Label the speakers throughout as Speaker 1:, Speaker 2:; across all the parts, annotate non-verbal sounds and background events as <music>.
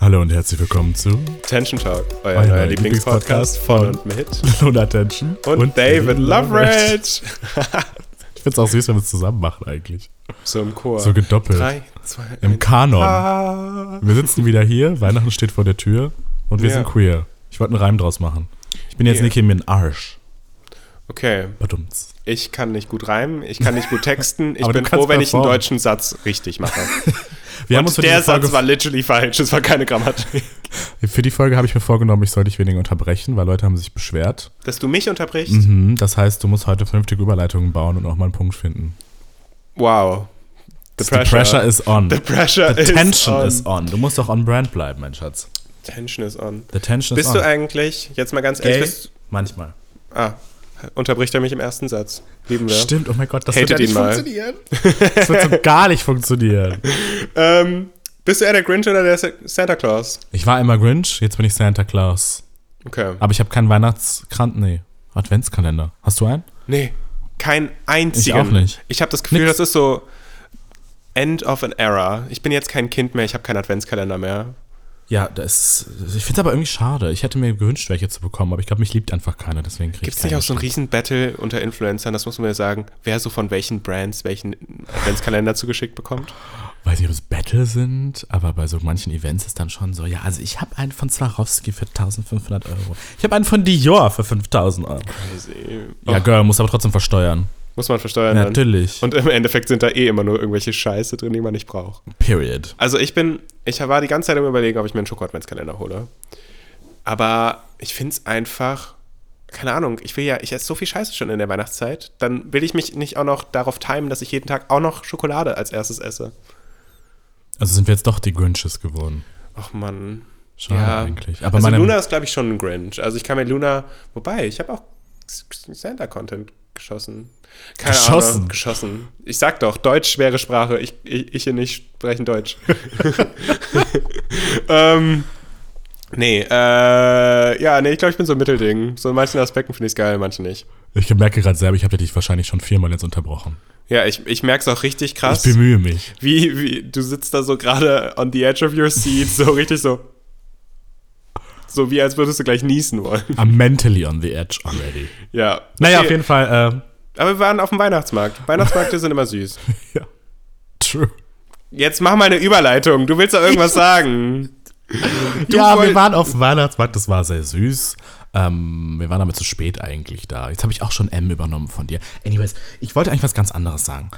Speaker 1: Hallo und herzlich willkommen zu
Speaker 2: Tension Talk, euer,
Speaker 1: Euer
Speaker 2: neuer
Speaker 1: neuer
Speaker 2: Lieblingspodcast von und mit
Speaker 1: Low Attention
Speaker 2: und, David Loveridge.
Speaker 1: Ich find's auch süß, wenn wir es zusammen machen eigentlich.
Speaker 2: so im Chor.
Speaker 1: So gedoppelt.
Speaker 2: Drei, zwei,
Speaker 1: Im
Speaker 2: eins.
Speaker 1: Kanon.
Speaker 2: Ah.
Speaker 1: Wir sitzen wieder hier, Weihnachten steht vor der Tür und wir
Speaker 2: Ja.
Speaker 1: sind queer. Ich wollte einen Reim draus machen. Ich bin jetzt
Speaker 2: Ja.
Speaker 1: nicht hier mit dem Arsch.
Speaker 2: Okay,
Speaker 1: Badumts.
Speaker 2: ich kann nicht gut reimen, ich kann nicht
Speaker 1: <laughs>
Speaker 2: gut texten. Ich
Speaker 1: Aber du
Speaker 2: bin
Speaker 1: kannst
Speaker 2: froh, wenn ich einen
Speaker 1: performen.
Speaker 2: deutschen Satz
Speaker 1: <laughs>
Speaker 2: richtig mache.
Speaker 1: Wir haben
Speaker 2: Und
Speaker 1: uns für
Speaker 2: der
Speaker 1: diese Folge,
Speaker 2: Satz war literally falsch, es war keine
Speaker 1: <laughs>
Speaker 2: Grammatik.
Speaker 1: für die Folge habe ich mir vorgenommen, ich soll dich weniger unterbrechen, weil Leute haben sich beschwert.
Speaker 2: Dass du mich unterbrichst?
Speaker 1: Mhm, das heißt, du musst heute vernünftige Überleitungen bauen und auch mal einen Punkt finden.
Speaker 2: Wow. The
Speaker 1: The pressure is on.
Speaker 2: The pressure
Speaker 1: The
Speaker 2: is
Speaker 1: tension
Speaker 2: on.
Speaker 1: is on. Du musst doch on brand bleiben, mein Schatz.
Speaker 2: Tension is on.
Speaker 1: The tension is
Speaker 2: Bist
Speaker 1: on.
Speaker 2: du eigentlich, jetzt mal ganz ehrlich,
Speaker 1: Gay?
Speaker 2: bist,
Speaker 1: Manchmal.
Speaker 2: ah, unterbricht er mich im ersten Satz. Lieben wir.
Speaker 1: Stimmt, oh mein Gott, das
Speaker 2: Hatet
Speaker 1: wird ja nicht
Speaker 2: ihn mal.
Speaker 1: funktionieren. Das wird
Speaker 2: <laughs>
Speaker 1: so gar nicht funktionieren.
Speaker 2: Ähm, bist du eher der Grinch oder der Sa- Santa Claus?
Speaker 1: Ich war immer Grinch, jetzt bin ich Santa Claus.
Speaker 2: Okay.
Speaker 1: Aber ich habe keinen Weihnachtskranz, nee, Adventskalender. Hast du einen?
Speaker 2: Nee, kein einziger.
Speaker 1: Ich auch nicht.
Speaker 2: Ich habe das Gefühl,
Speaker 1: Nix.
Speaker 2: das ist so End of an Era. Ich bin jetzt kein Kind mehr, ich habe keinen Adventskalender mehr.
Speaker 1: Ja, das ich finde es aber irgendwie schade. Ich hätte mir gewünscht, welche zu bekommen, aber ich glaube, mich liebt einfach keiner, deswegen kriege ich
Speaker 2: Gibt es nicht
Speaker 1: keine.
Speaker 2: auch so ein riesen Battle unter Influencern, das muss man ja sagen, wer so von welchen Brands welchen Adventskalender zugeschickt bekommt?
Speaker 1: Weiß nicht, ob es Battle sind, aber bei so manchen Events ist dann schon so, ja, also ich habe einen von Swarovski für 1500 Euro. Ich habe einen von Dior für 5000 Euro.
Speaker 2: Crazy.
Speaker 1: Ja,
Speaker 2: Och,
Speaker 1: Girl, muss aber trotzdem versteuern.
Speaker 2: Oh, muss man versteuern. dann.
Speaker 1: Natürlich.
Speaker 2: Und im Endeffekt sind da eh immer nur irgendwelche Scheiße drin, die man nicht braucht.
Speaker 1: Period.
Speaker 2: Also ich bin, ich war die ganze Zeit am überlegen, ob ich mir einen Schoko-Adventskalender hole. Aber ich finde es einfach, keine Ahnung, ich will ja, ich esse so viel Scheiße schon in der Weihnachtszeit, dann will ich mich nicht auch noch darauf timen, dass ich jeden Tag auch noch Schokolade als erstes esse.
Speaker 1: Also sind wir jetzt doch die Grinches geworden.
Speaker 2: Ach Mann.
Speaker 1: Schade
Speaker 2: Ja.
Speaker 1: eigentlich. Aber
Speaker 2: also
Speaker 1: meine,
Speaker 2: Luna ist, glaube ich, schon ein Grinch. Also ich kann mir Luna, wobei, ich habe auch Santa-Content geschossen. Keine
Speaker 1: Geschossen?
Speaker 2: Ahnung, geschossen. Ich sag doch, Deutsch, schwere Sprache. Ich, ich, ich hier nicht
Speaker 1: <laughs>
Speaker 2: sprechen Deutsch. <laughs> ähm, nee, äh, ja, nee, ich glaube, ich bin so ein Mittelding. So in manchen Aspekten finde ich es geil, in manchen nicht.
Speaker 1: ich merke gerade selber, ich habe dich wahrscheinlich schon viermal jetzt unterbrochen.
Speaker 2: Ja, ich, ich merke es auch richtig krass.
Speaker 1: Ich bemühe mich.
Speaker 2: Wie, wie, du sitzt da so gerade on the edge of your seat, so richtig so. So wie als würdest du gleich niesen wollen.
Speaker 1: I'm mentally on the edge already.
Speaker 2: Ja.
Speaker 1: Naja,
Speaker 2: Okay.
Speaker 1: auf jeden Fall.
Speaker 2: Aber wir waren auf dem Weihnachtsmarkt. Weihnachtsmärkte sind immer süß.
Speaker 1: Äh, ja. True.
Speaker 2: Jetzt mach mal eine Überleitung. Du willst doch irgendwas sagen.
Speaker 1: ja,
Speaker 2: woll-
Speaker 1: wir waren auf dem Weihnachtsmarkt, das war sehr süß. Ähm, wir waren aber zu spät eigentlich da. Jetzt habe ich auch schon M übernommen von dir. Anyways, ich wollte eigentlich was ganz anderes sagen.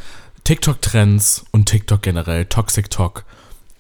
Speaker 1: TikTok-Trends und TikTok generell, Toxic Talk.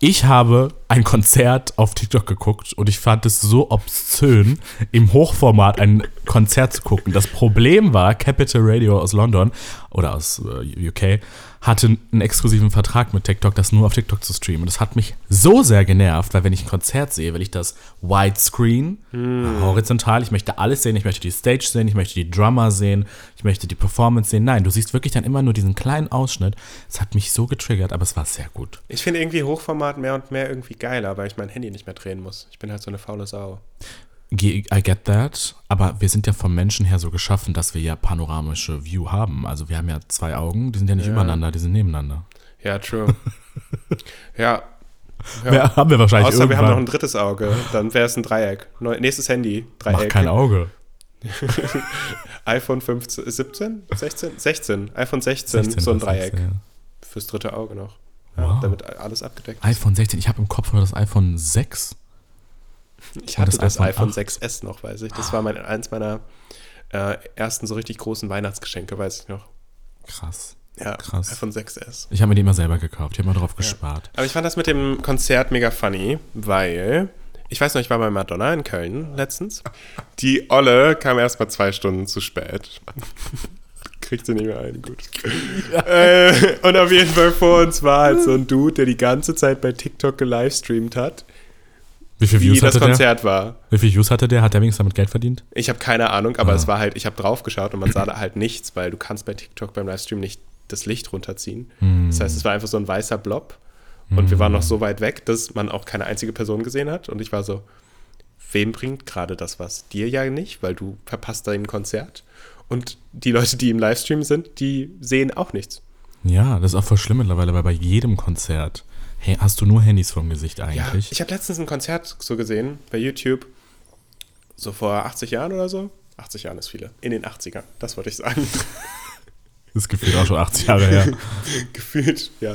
Speaker 1: Ich habe ein Konzert auf TikTok geguckt und ich fand es so obszön, im Hochformat ein Konzert zu gucken. Das Problem war, Capital Radio aus London oder aus äh, UK hatte einen exklusiven Vertrag mit TikTok, das nur auf TikTok zu streamen. Und das hat mich so sehr genervt, weil wenn ich ein Konzert sehe, will ich das widescreen,
Speaker 2: Hm.
Speaker 1: horizontal, ich möchte alles sehen, ich möchte die Stage sehen, ich möchte die Drummer sehen, ich möchte die Performance sehen. Nein, du siehst wirklich dann immer nur diesen kleinen Ausschnitt. Es hat mich so getriggert, aber es war sehr gut.
Speaker 2: Ich finde irgendwie Hochformat mehr und mehr irgendwie geiler, weil ich mein Handy nicht mehr drehen muss. Ich bin halt so eine faule Sau.
Speaker 1: Ge- I get that, aber wir sind ja vom Menschen her so geschaffen, dass wir ja panoramische View haben. Also wir haben ja zwei Augen, die sind ja nicht übereinander, die sind nebeneinander.
Speaker 2: Ja, true. ja. Ja.
Speaker 1: Ja, <laughs> haben wir wahrscheinlich
Speaker 2: Außer wir haben noch
Speaker 1: irgendwann.
Speaker 2: ein drittes Auge. Dann wäre es ein Dreieck. Neu nächstes Handy.
Speaker 1: Mach
Speaker 2: Dreieck.
Speaker 1: kein Auge.
Speaker 2: <laughs> iPhone äh, 15, 17? 16? 16. iPhone 16.
Speaker 1: 16,
Speaker 2: so ein
Speaker 1: das
Speaker 2: Dreieck.
Speaker 1: heißt, ja.
Speaker 2: Fürs dritte Auge noch. Ja,
Speaker 1: Wow.
Speaker 2: Damit alles abgedeckt ist.
Speaker 1: iPhone 16, ich habe im Kopf nur das iPhone 6.
Speaker 2: Ich
Speaker 1: Und
Speaker 2: hatte
Speaker 1: das
Speaker 2: das
Speaker 1: iPhone
Speaker 2: iPhone, 6S noch, weiß ich. Das war mein, eins meiner äh, ersten so richtig großen Weihnachtsgeschenke, weiß ich noch.
Speaker 1: Krass.
Speaker 2: Ja,
Speaker 1: Krass.
Speaker 2: iPhone 6S.
Speaker 1: Ich habe mir die immer selber gekauft, ich habe mal drauf gespart.
Speaker 2: Aber ich fand das mit dem Konzert mega funny, weil ich weiß noch, ich war bei Madonna in Köln letztens. Die Olle kam erst mal zwei Stunden zu spät. <laughs> Kriegt sie nicht mehr ein, gut. Äh, und auf jeden Fall vor uns war halt so ein Dude, der die ganze Zeit bei TikTok gelivestreamt hat,
Speaker 1: Wie viele
Speaker 2: wie
Speaker 1: Views
Speaker 2: das
Speaker 1: hatte der?
Speaker 2: Konzert war.
Speaker 1: Wie viele Views hatte der? Hat der wenigstens damit Geld verdient?
Speaker 2: Ich habe keine Ahnung, aber
Speaker 1: Ah.
Speaker 2: es war halt, ich habe drauf geschaut und man sah da halt nichts, weil du kannst bei TikTok beim Livestream nicht das Licht runterziehen. Das heißt, es war einfach so ein weißer Blob und wir waren noch so weit weg, dass man auch keine einzige Person gesehen hat und ich war so, wem bringt gerade das was? Dir ja nicht, weil du verpasst dein Konzert und die Leute, die im Livestream sind, die sehen auch nichts.
Speaker 1: Ja, das ist auch voll schlimm mittlerweile, weil bei jedem Konzert Hey, hast du nur Handys vom Gesicht eigentlich?
Speaker 2: Ja, ich habe letztens ein Konzert so gesehen bei YouTube, so vor 80 Jahren oder so. 80 Jahren ist viele. In den 80ern, das wollte ich sagen.
Speaker 1: Das Gefühl auch schon 80
Speaker 2: <laughs>
Speaker 1: Jahre her.
Speaker 2: Gefühlt, ja.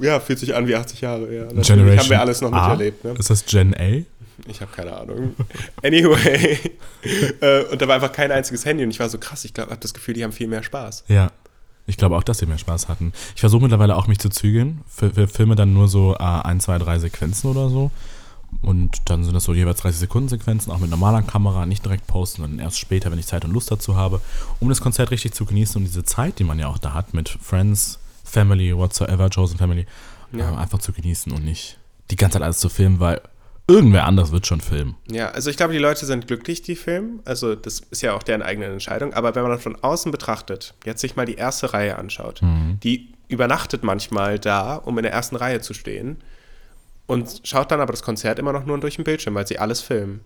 Speaker 2: Ja, fühlt sich an wie 80 Jahre. Ja. Natürlich
Speaker 1: Generation
Speaker 2: haben wir alles noch
Speaker 1: A?
Speaker 2: miterlebt. Ne?
Speaker 1: Ist das Gen A?
Speaker 2: Ich habe keine Ahnung. <laughs> Anyway. <laughs> äh, und da war einfach kein einziges Handy und ich war so krass. Ich glaube, habe das Gefühl, die haben viel mehr Spaß.
Speaker 1: Ja. Ich glaube auch, dass sie mehr Spaß hatten. Ich versuche mittlerweile auch, mich zu zügeln. Für, für Filme dann nur so äh, ein, zwei, drei Sequenzen oder so. Und dann sind das so jeweils 30 Sekunden Sequenzen, auch mit normaler Kamera, nicht direkt posten, sondern erst später, wenn ich Zeit und Lust dazu habe, um das Konzert richtig zu genießen und diese Zeit, die man ja auch da hat mit Friends, Family, whatsoever, Chosen Family,
Speaker 2: Ja.
Speaker 1: äh, einfach zu genießen und nicht die ganze Zeit alles zu filmen, weil irgendwer anders wird schon filmen.
Speaker 2: Ja, also ich glaube, die Leute sind glücklich, die filmen. Also das ist ja auch deren eigene Entscheidung. Aber wenn man das von außen betrachtet, jetzt sich mal die erste Reihe anschaut,
Speaker 1: Mhm.
Speaker 2: die übernachtet manchmal da, um in der ersten Reihe zu stehen und schaut dann aber das Konzert immer noch nur durch den Bildschirm, weil sie alles filmen.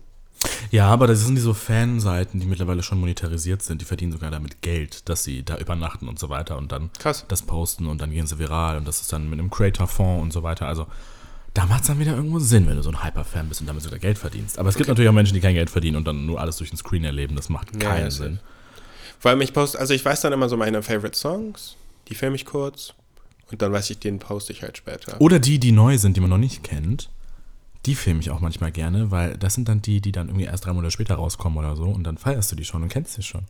Speaker 1: Ja, aber das sind diese Fanseiten, die mittlerweile schon monetarisiert sind. Die verdienen sogar damit Geld, dass sie da übernachten und so weiter und dann
Speaker 2: Krass.
Speaker 1: das posten und dann gehen sie viral und das ist dann mit einem Creator-Fonds und so weiter. Also da macht es dann wieder irgendwo Sinn, wenn du so ein Hyper-Fan bist und damit sogar Geld verdienst. Aber es gibt natürlich auch Menschen, die kein Geld verdienen und dann nur alles durch den Screen erleben. Das macht
Speaker 2: Ja,
Speaker 1: keinen
Speaker 2: das
Speaker 1: Sinn.
Speaker 2: Vor allem ich poste, also ich weiß dann immer so meine Favorite Songs, die filme ich kurz und dann weiß ich, den poste ich halt später.
Speaker 1: Oder die, die neu sind, die man noch nicht kennt, die filme ich auch manchmal gerne, weil das sind dann die, die dann irgendwie erst drei Monate später rauskommen oder so und dann feierst du die schon und kennst sie schon.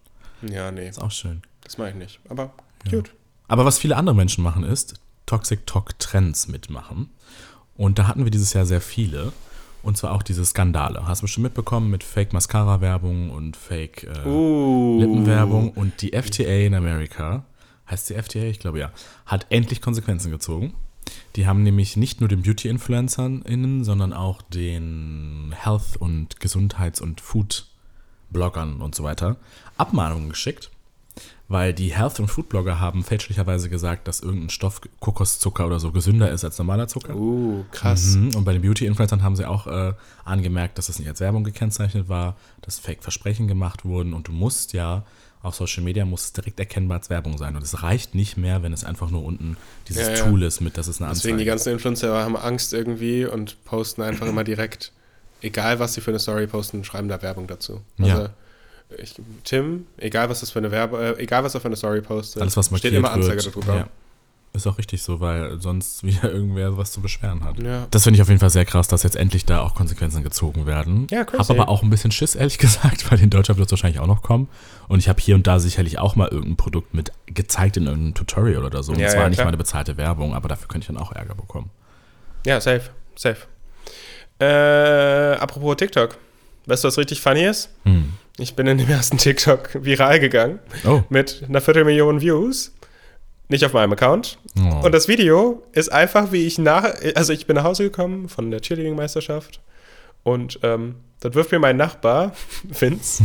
Speaker 2: Ja, nee,
Speaker 1: Ist auch schön.
Speaker 2: das mache ich nicht. Aber cute.
Speaker 1: Aber was viele andere Menschen machen, ist Toxic Talk Trends mitmachen. Und da hatten wir dieses Jahr sehr viele. Und zwar auch diese Skandale. Hast du bestimmt mitbekommen mit Fake Mascara-Werbung und Fake äh,
Speaker 2: Uh.
Speaker 1: Lippenwerbung. Und die FTA in Amerika, heißt die FTA, ich glaube ja, hat endlich Konsequenzen gezogen. Die haben nämlich nicht nur den Beauty-Influencern innen, sondern auch den Health- und Gesundheits- und Food-Bloggern und so weiter Abmahnungen geschickt weil die Health- und Food-Blogger haben fälschlicherweise gesagt, dass irgendein Stoff Kokoszucker oder so gesünder ist als normaler Zucker.
Speaker 2: Uh, krass.
Speaker 1: Mhm. Und bei den Beauty-Influencern haben sie auch äh, angemerkt, dass das nicht als Werbung gekennzeichnet war, dass Fake-Versprechen gemacht wurden und du musst ja auf Social Media muss es direkt erkennbar als Werbung sein. Und es reicht nicht mehr, wenn es einfach nur unten dieses
Speaker 2: Ja, ja.
Speaker 1: Tool ist mit, das ist eine Anzeige.
Speaker 2: Deswegen die ganzen Influencer haben Angst irgendwie und posten einfach immer direkt, egal was sie für eine Story posten, schreiben da Werbung dazu. Also
Speaker 1: Ja.
Speaker 2: ich, Tim, egal was das für eine Werbe, äh, egal was er für eine Story postet,
Speaker 1: Alles, was markiert
Speaker 2: steht immer Anzeige
Speaker 1: wird.
Speaker 2: darüber.
Speaker 1: Ja. Ist auch richtig so, weil sonst <laughs> wieder irgendwer was zu beschweren hat.
Speaker 2: Ja.
Speaker 1: Das finde ich auf jeden Fall sehr krass, dass jetzt endlich da auch Konsequenzen gezogen werden.
Speaker 2: Ja, crazy.
Speaker 1: Habe aber auch ein bisschen Schiss, ehrlich <laughs> gesagt, weil in Deutschland wird es wahrscheinlich auch noch kommen. Und ich habe hier und da sicherlich auch mal irgendein Produkt mit gezeigt in irgendeinem Tutorial oder so. Und
Speaker 2: Ja,
Speaker 1: es
Speaker 2: ja,
Speaker 1: war nicht
Speaker 2: klar.
Speaker 1: meine bezahlte Werbung, aber dafür könnte ich dann auch Ärger bekommen.
Speaker 2: Ja, safe, safe. Äh, apropos TikTok. Weißt du, was richtig funny ist?
Speaker 1: Hm.
Speaker 2: Ich bin in dem ersten TikTok viral gegangen
Speaker 1: Oh.
Speaker 2: mit einer Viertelmillion Views. Nicht auf meinem Account.
Speaker 1: oh.
Speaker 2: Und das Video ist einfach, wie ich nach. Also, ich bin nach Hause gekommen von der Cheerleading-Meisterschaft. Und ähm, dann wirft mir mein Nachbar, <laughs>
Speaker 1: <laughs>
Speaker 2: Vince,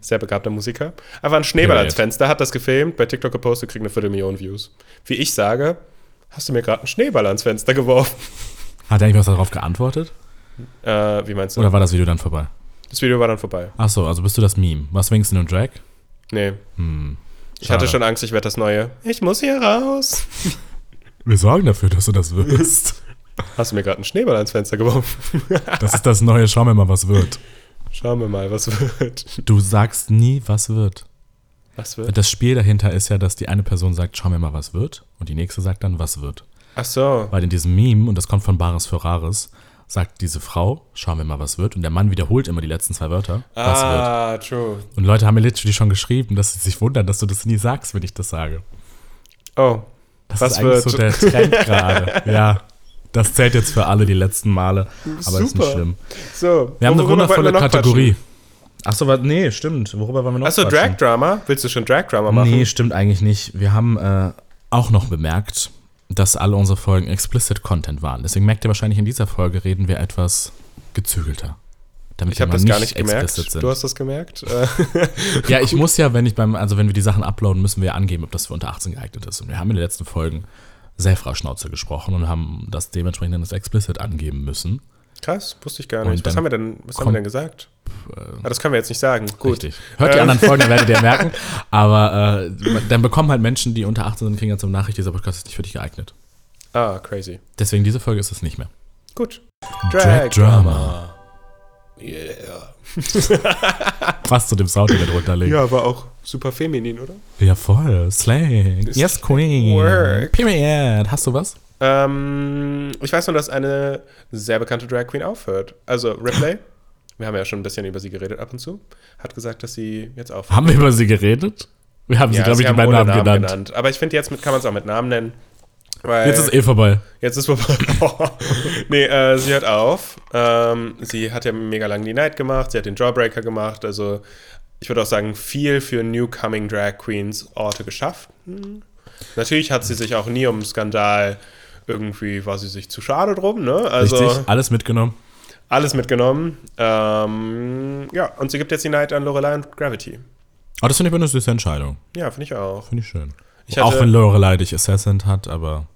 Speaker 2: sehr begabter Musiker, einfach einen Schneeball
Speaker 1: Period.
Speaker 2: ans Fenster, hat das gefilmt, bei TikTok gepostet, kriegt eine Viertelmillion Views. Wie ich sage, hast du mir gerade einen Schneeball ans Fenster geworfen? <laughs>
Speaker 1: Hat er eigentlich was darauf geantwortet?
Speaker 2: Äh, wie meinst du?
Speaker 1: Oder war das Video dann vorbei?
Speaker 2: Das Video war dann vorbei.
Speaker 1: Achso, also bist du das Meme. Was winkst du in Drag?
Speaker 2: Nee.
Speaker 1: Hm.
Speaker 2: Ich hatte
Speaker 1: Schade.
Speaker 2: schon Angst, ich werde das neue. Ich muss hier raus.
Speaker 1: Wir sorgen dafür, dass du das
Speaker 2: <laughs>
Speaker 1: wirst.
Speaker 2: Hast du mir gerade einen Schneeball ans Fenster geworfen?
Speaker 1: Das ist das neue, schauen wir mal, was wird.
Speaker 2: Schauen wir mal, was wird.
Speaker 1: Du sagst nie, was wird.
Speaker 2: Was wird?
Speaker 1: Das Spiel dahinter ist ja, dass die eine Person sagt, schau mir mal, was wird. Und die nächste sagt dann, was wird.
Speaker 2: Ach so.
Speaker 1: Weil in diesem Meme, und das kommt von Bares für Rares, sagt diese Frau, schau mir mal, was wird. Und der Mann wiederholt immer die letzten zwei Wörter, was wird.
Speaker 2: Ah, true.
Speaker 1: Und Leute haben mir literally schon geschrieben, dass sie sich wundern, dass du das nie sagst, wenn ich das sage.
Speaker 2: Oh.
Speaker 1: Das
Speaker 2: Was
Speaker 1: ist eigentlich
Speaker 2: wird?
Speaker 1: so der
Speaker 2: <laughs>
Speaker 1: Trend gerade. ja. Das zählt jetzt für alle die letzten Male, aber ist nicht
Speaker 2: Super.
Speaker 1: schlimm.
Speaker 2: So.
Speaker 1: Wir haben eine
Speaker 2: worüber wollten wir
Speaker 1: wundervolle
Speaker 2: noch quatschen?
Speaker 1: Kategorie. Achso, wa- nee, stimmt. Worüber waren wir noch
Speaker 2: Achso,
Speaker 1: quatschen?
Speaker 2: Drag Drama? Willst du schon Drag Drama machen?
Speaker 1: Nee, stimmt eigentlich nicht. Wir haben äh, auch noch bemerkt, dass alle unsere Folgen explicit Content waren. Deswegen merkt ihr wahrscheinlich, in dieser Folge reden wir etwas gezügelter. Damit
Speaker 2: Ich habe
Speaker 1: mal
Speaker 2: das gar nicht
Speaker 1: explicit
Speaker 2: gemerkt.
Speaker 1: sind.
Speaker 2: Du hast das gemerkt? Äh,
Speaker 1: Ja, ich muss ja, wenn ich beim, also wenn wir die Sachen uploaden, müssen wir ja angeben, ob das für unter 18 geeignet ist. Und wir haben in den letzten Folgen sehr frei Schnauze gesprochen und haben das dementsprechend dann das explicit angeben müssen.
Speaker 2: Krass, wusste ich gar
Speaker 1: Und
Speaker 2: nicht. Was
Speaker 1: dann
Speaker 2: haben wir denn, was haben wir
Speaker 1: kommt-
Speaker 2: denn gesagt? Ah, das können wir jetzt nicht sagen. Gut.
Speaker 1: Äh, Richtig. Hört die
Speaker 2: Ähm.
Speaker 1: anderen Folgen, dann werdet
Speaker 2: <laughs>
Speaker 1: ihr merken. Aber äh, dann bekommen halt Menschen, die unter 18 sind, kriegen dann zum Nachricht, dieser Podcast ist nicht für dich geeignet.
Speaker 2: Ah, crazy.
Speaker 1: Deswegen diese Folge ist es nicht mehr.
Speaker 2: Gut.
Speaker 1: Drag Drama.
Speaker 2: Yeah.
Speaker 1: Was zu dem Sound, den wir drunter legen.
Speaker 2: Ja, war auch super feminin, oder?
Speaker 1: Ja, voll. Slang.
Speaker 2: Ist-
Speaker 1: Yes, Queen.
Speaker 2: Work.
Speaker 1: Period. Hast du was?
Speaker 2: Ähm, ich weiß nur, dass eine sehr bekannte Drag Queen aufhört. Also Ripley, wir haben ja schon ein bisschen über sie geredet ab und zu, hat gesagt, dass sie jetzt aufhört.
Speaker 1: Haben wir über sie geredet? Wir haben sie,
Speaker 2: Ja,
Speaker 1: glaube ich, die
Speaker 2: haben
Speaker 1: beiden
Speaker 2: ohne
Speaker 1: Namen genannt.
Speaker 2: Aber ich finde, jetzt mit, kann man es auch mit Namen nennen. Weil
Speaker 1: Jetzt ist eh vorbei.
Speaker 2: Jetzt ist <laughs> vorbei. nee, äh, sie hört auf. Ähm, sie hat ja mega lang die Night gemacht, sie hat den Jawbreaker gemacht. Also ich würde auch sagen, viel für Newcoming Drag Queens Orte geschafft. Hm. Natürlich hat sie sich auch nie um Skandal irgendwie war sie sich zu schade drum, ne? Also
Speaker 1: Richtig? Alles mitgenommen.
Speaker 2: alles mitgenommen. Ähm, ja, und sie gibt jetzt die Night an Lorelei und Gravity.
Speaker 1: Aber das finde ich eine süße Entscheidung.
Speaker 2: Ja, finde ich auch.
Speaker 1: Finde ich schön.
Speaker 2: Ich hatte-
Speaker 1: auch wenn Lorelei dich Assassin hat, aber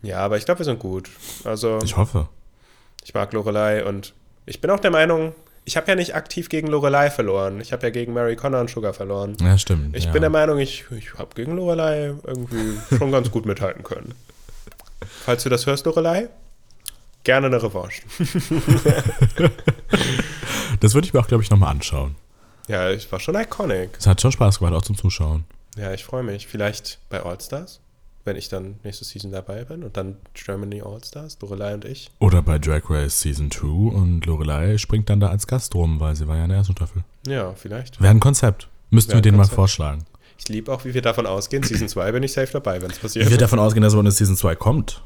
Speaker 2: Ja, aber ich glaube, wir sind gut. Also
Speaker 1: ich hoffe.
Speaker 2: Ich mag Lorelei und ich bin auch der Meinung, ich habe ja nicht aktiv gegen Lorelei verloren. Ich habe ja gegen Mary Connor und Sugar verloren.
Speaker 1: Ja, stimmt.
Speaker 2: Ich
Speaker 1: ja.
Speaker 2: bin der Meinung, ich, ich habe gegen Lorelei irgendwie schon ganz gut mithalten können. Falls du das hörst, Lorelei, gerne eine Revanche. <laughs>
Speaker 1: Das würde ich mir auch, glaube ich, nochmal anschauen.
Speaker 2: Ja, ich war schon iconic.
Speaker 1: Es hat schon Spaß gemacht, auch zum Zuschauen.
Speaker 2: Ja, ich freue mich. Vielleicht bei All-Stars, wenn ich dann nächste Season dabei bin und dann Germany All-Stars, Lorelei und ich.
Speaker 1: Oder bei Drag Race Season 2 und Lorelei springt dann da als Gast rum, weil sie war ja in der ersten Staffel.
Speaker 2: Ja, vielleicht.
Speaker 1: Wäre ein Konzept. Müssten
Speaker 2: Wär
Speaker 1: wir
Speaker 2: ein
Speaker 1: denen mal
Speaker 2: Konzept.
Speaker 1: vorschlagen.
Speaker 2: Ich liebe auch, wie wir davon ausgehen. Season 2 bin ich safe dabei, wenn es
Speaker 1: Ich
Speaker 2: passiert.
Speaker 1: würde davon ausgehen, dass man in Season 2 kommt.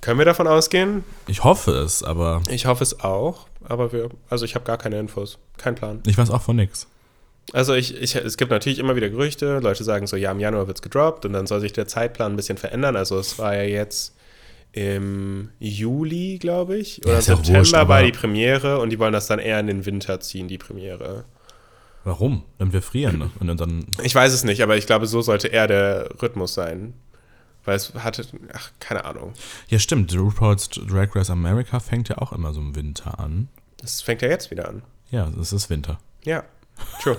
Speaker 2: Können wir davon ausgehen?
Speaker 1: Ich hoffe es, aber
Speaker 2: Ich hoffe es auch, aber wir, also ich habe gar keine Infos, kein Plan.
Speaker 1: ich weiß auch von nix.
Speaker 2: Also ich, ich, es gibt natürlich immer wieder Gerüchte, Leute sagen so, ja, im Januar wird es gedroppt und dann soll sich der Zeitplan ein bisschen verändern. Also es war ja jetzt im Juli, glaube ich, oder
Speaker 1: Ja, ist ja
Speaker 2: September
Speaker 1: wurscht, aber-
Speaker 2: war die Premiere und die wollen das dann eher in den Winter ziehen, die Premiere.
Speaker 1: Warum? Denn wir frieren ne? in unseren.
Speaker 2: Ich weiß es nicht, aber ich glaube, so sollte eher der Rhythmus sein. Weil es hatte, ach, keine Ahnung.
Speaker 1: Ja, stimmt. RuPaul's Drag Race America fängt ja auch immer so im Winter an.
Speaker 2: Es fängt ja jetzt wieder an.
Speaker 1: Ja, es ist Winter.
Speaker 2: Ja, true.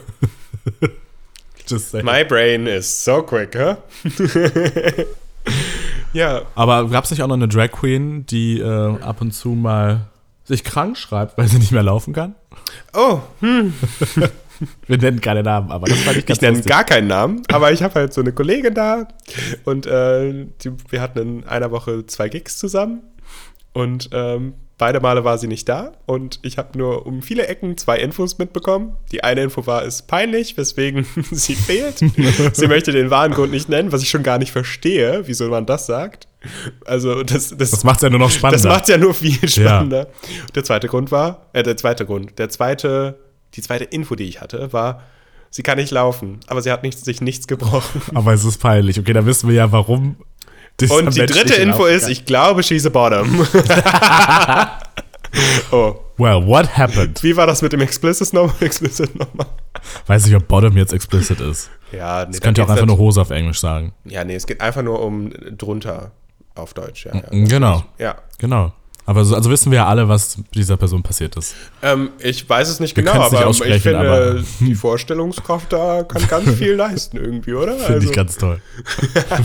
Speaker 1: Just saying.
Speaker 2: My brain is so quick, huh? <laughs> ja,
Speaker 1: Aber gab es nicht auch noch eine Drag Queen, die äh, ab und zu mal sich krank schreibt, weil sie nicht mehr laufen kann?
Speaker 2: Oh,
Speaker 1: Wir nennen keine Namen, aber das fand ich ganz
Speaker 2: ich nenne
Speaker 1: lustig.
Speaker 2: gar keinen Namen, aber ich habe halt so eine Kollegin da und äh, die, wir hatten in einer Woche zwei Gigs zusammen und ähm, beide Male war sie nicht da und ich habe nur um viele Ecken zwei Infos mitbekommen. Die eine Info war, ist peinlich, weswegen <laughs> sie fehlt. sie möchte den wahren Grund nicht nennen, was ich schon gar nicht verstehe, wieso man das sagt. Also das, das,
Speaker 1: Das macht es ja nur noch spannender.
Speaker 2: Das macht's ja nur viel spannender. Der zweite Grund war, äh, der zweite Grund, der zweite, die zweite Info, die ich hatte, war, sie kann nicht laufen, aber sie hat nicht, sich nichts <laughs> gebrochen.
Speaker 1: aber es ist peinlich. Okay, da wissen wir ja, warum. dieser
Speaker 2: Und die
Speaker 1: Mensch
Speaker 2: dritte
Speaker 1: nicht
Speaker 2: Info
Speaker 1: laufen
Speaker 2: ist,
Speaker 1: kann.
Speaker 2: ich glaube, she's a <laughs> bottom. oh,
Speaker 1: Well, what happened?
Speaker 2: wie war das mit dem Explicit nochmal? <laughs> Explicit nochmal?
Speaker 1: Weiß nicht, ob Bottom jetzt explicit ist.
Speaker 2: Ja, nee,
Speaker 1: Das könnte ja auch
Speaker 2: halt
Speaker 1: einfach nur Hose auf Englisch sagen.
Speaker 2: Ja, nee, es geht einfach nur um drunter auf Deutsch. Ja, ja.
Speaker 1: Genau,
Speaker 2: ja.
Speaker 1: genau. Aber so, also wissen wir ja alle, was dieser Person passiert ist.
Speaker 2: Ähm, ich weiß es nicht
Speaker 1: Wir
Speaker 2: genau,
Speaker 1: können's nicht
Speaker 2: aber
Speaker 1: aussprechen,
Speaker 2: ich finde,
Speaker 1: aber-
Speaker 2: <laughs> die Vorstellungskraft da kann ganz viel leisten irgendwie, oder? Also,
Speaker 1: Finde ich ganz
Speaker 2: <laughs>
Speaker 1: toll.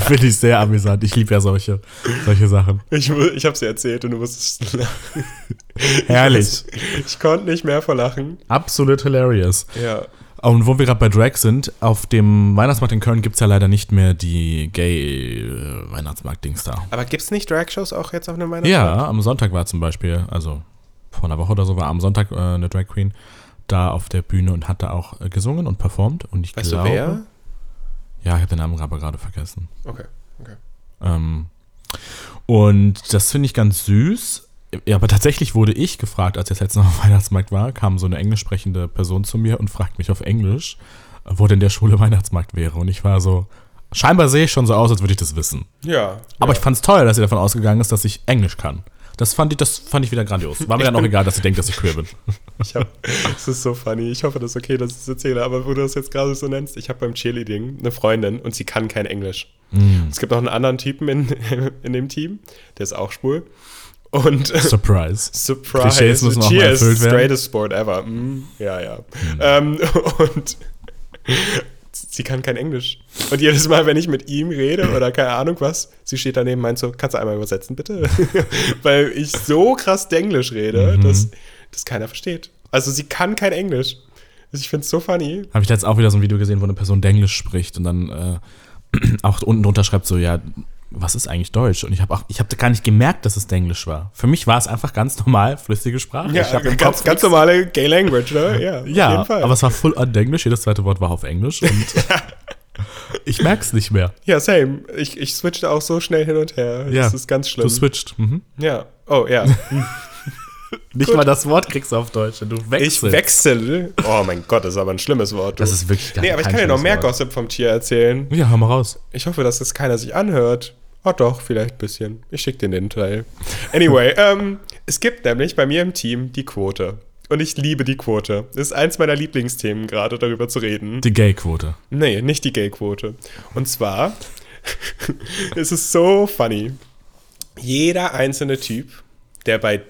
Speaker 1: Finde ich sehr amüsant. Ich liebe ja solche, solche Sachen.
Speaker 2: Ich, wu- ich habe sie erzählt und du musstest lachen.
Speaker 1: <laughs> Herrlich.
Speaker 2: Ich konnte nicht mehr vor Lachen.
Speaker 1: Absolut hilarious.
Speaker 2: Ja.
Speaker 1: Und wo wir gerade bei Drag sind, auf dem Weihnachtsmarkt in Köln gibt es ja leider nicht mehr die Gay-Weihnachtsmarkt-Dings da.
Speaker 2: Aber gibt's nicht Drag-Shows auch jetzt auf einem Weihnachten?
Speaker 1: Ja, am Sonntag war zum Beispiel, also vor einer Woche oder so, war am Sonntag äh, eine Drag Queen da auf der Bühne und hat da auch äh, gesungen und performt. Und ich
Speaker 2: Weißt
Speaker 1: glaube,
Speaker 2: du wer?
Speaker 1: ja, ich habe den Namen aber gerade vergessen.
Speaker 2: Okay.
Speaker 1: Ähm, und das finde ich ganz süß. Ja, aber tatsächlich wurde ich gefragt, als ich jetzt noch am <laughs> Weihnachtsmarkt war, kam so eine englisch sprechende Person zu mir und fragt mich auf Englisch, äh, wo denn der schwule Weihnachtsmarkt wäre. Und ich war so, scheinbar sehe ich schon so aus, als würde ich das wissen.
Speaker 2: Ja.
Speaker 1: Aber
Speaker 2: ja.
Speaker 1: ich fand es toll, dass sie davon ausgegangen ist, dass ich Englisch kann. Das fand ich, das fand ich wieder grandios. War mir dann auch egal, dass sie denkt, dass ich <laughs> queer bin.
Speaker 2: Ich hab, es ist so funny. Ich hoffe, das ist okay, dass ich es erzähle. Aber wo du das jetzt gerade so nennst, ich habe beim Cheerleading eine Freundin und sie kann kein Englisch.
Speaker 1: Mm. Hm.
Speaker 2: Es gibt noch einen anderen Typen in, <laughs> in dem Team, der ist auch schwul.
Speaker 1: <laughs>
Speaker 2: Und
Speaker 1: Surprise.
Speaker 2: Surprise.
Speaker 1: Klischees müssen auch mal erfüllt
Speaker 2: Cheers,
Speaker 1: werden.
Speaker 2: Hm, <laughs> Straightest Sport ever. Mm, ja, ja. Ähm, und sie kann kein Englisch. Und jedes Mal, wenn ich mit ihm rede oder keine Ahnung was, sie steht daneben und meint so, kannst du einmal übersetzen, bitte? <laughs> Weil ich so krass Englisch rede,
Speaker 1: Mhm.
Speaker 2: dass das keiner versteht. Also sie kann kein Englisch. Also Ich finde es so funny.
Speaker 1: Habe ich da jetzt auch wieder so ein Video gesehen, wo eine Person Englisch spricht und dann äh, <clears throat> auch unten drunter schreibt so, ja, was ist eigentlich Deutsch? Und ich habe auch, ich habe gar nicht gemerkt, dass es Englisch war. Für mich war es einfach ganz normal, flüssige Sprache.
Speaker 2: Ja, äh,
Speaker 1: ich hab im
Speaker 2: ganz,
Speaker 1: Kopf
Speaker 2: ganz normale Gay Language, ne? Ja,
Speaker 1: Ja, aber es war full on Englisch. Jedes zweite Wort war auf Englisch. Und ich merk's nicht mehr.
Speaker 2: ja, same. Ich, ich switchte auch so schnell hin und her.
Speaker 1: Ja.
Speaker 2: Das ist ganz schlimm.
Speaker 1: Du switcht. Mhm.
Speaker 2: ja. Oh, ja.
Speaker 1: Nicht mal das Wort kriegst du auf Deutsch. Du
Speaker 2: Ich
Speaker 1: wechselst.
Speaker 2: wechsel. Oh mein Gott, das ist aber ein schlimmes Wort. du.
Speaker 1: Das ist wirklich gar
Speaker 2: Nee, aber ich
Speaker 1: kein
Speaker 2: kann dir noch
Speaker 1: schönes
Speaker 2: mehr
Speaker 1: Wort.
Speaker 2: Gossip vom Tier erzählen.
Speaker 1: Ja, hör mal raus.
Speaker 2: Ich hoffe, dass das keiner sich anhört. Oh doch, vielleicht ein bisschen. Ich schicke dir den Teil.
Speaker 1: <laughs>
Speaker 2: Anyway, ähm, es gibt nämlich bei mir im Team die Quote. Und ich liebe die Quote. Das ist eins meiner Lieblingsthemen, gerade darüber zu reden.
Speaker 1: Die Gay-Quote.
Speaker 2: Nee, nicht die Gay-Quote. Und zwar, <laughs> es ist so funny. Jeder einzelne Typ, der bei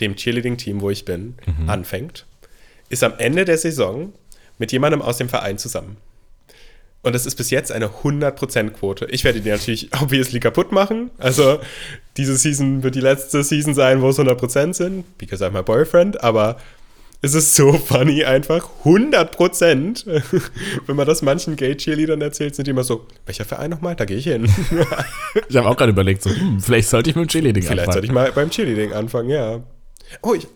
Speaker 2: dem Cheerleading-Team, wo ich bin, anfängt, ist am Ende der Saison mit jemandem aus dem Verein zusammen. Und das ist bis jetzt eine 100%-Quote. Ich werde die natürlich <laughs> obviously kaputt machen. Also, diese Season wird die letzte Season sein, wo es 100% sind. Because I'm my boyfriend. Aber es ist so funny einfach. 100%. <laughs> Wenn man das manchen Gay-Cheerleadern erzählt, sind die immer so, welcher Verein nochmal? Da gehe
Speaker 1: <laughs>
Speaker 2: ich hin.
Speaker 1: Ich habe auch gerade überlegt, so, hm, vielleicht sollte ich mit dem Cheerleading
Speaker 2: Vielleicht sollte
Speaker 1: anfangen.
Speaker 2: ich mal beim Cheerleading anfangen, ja. Oh, ich,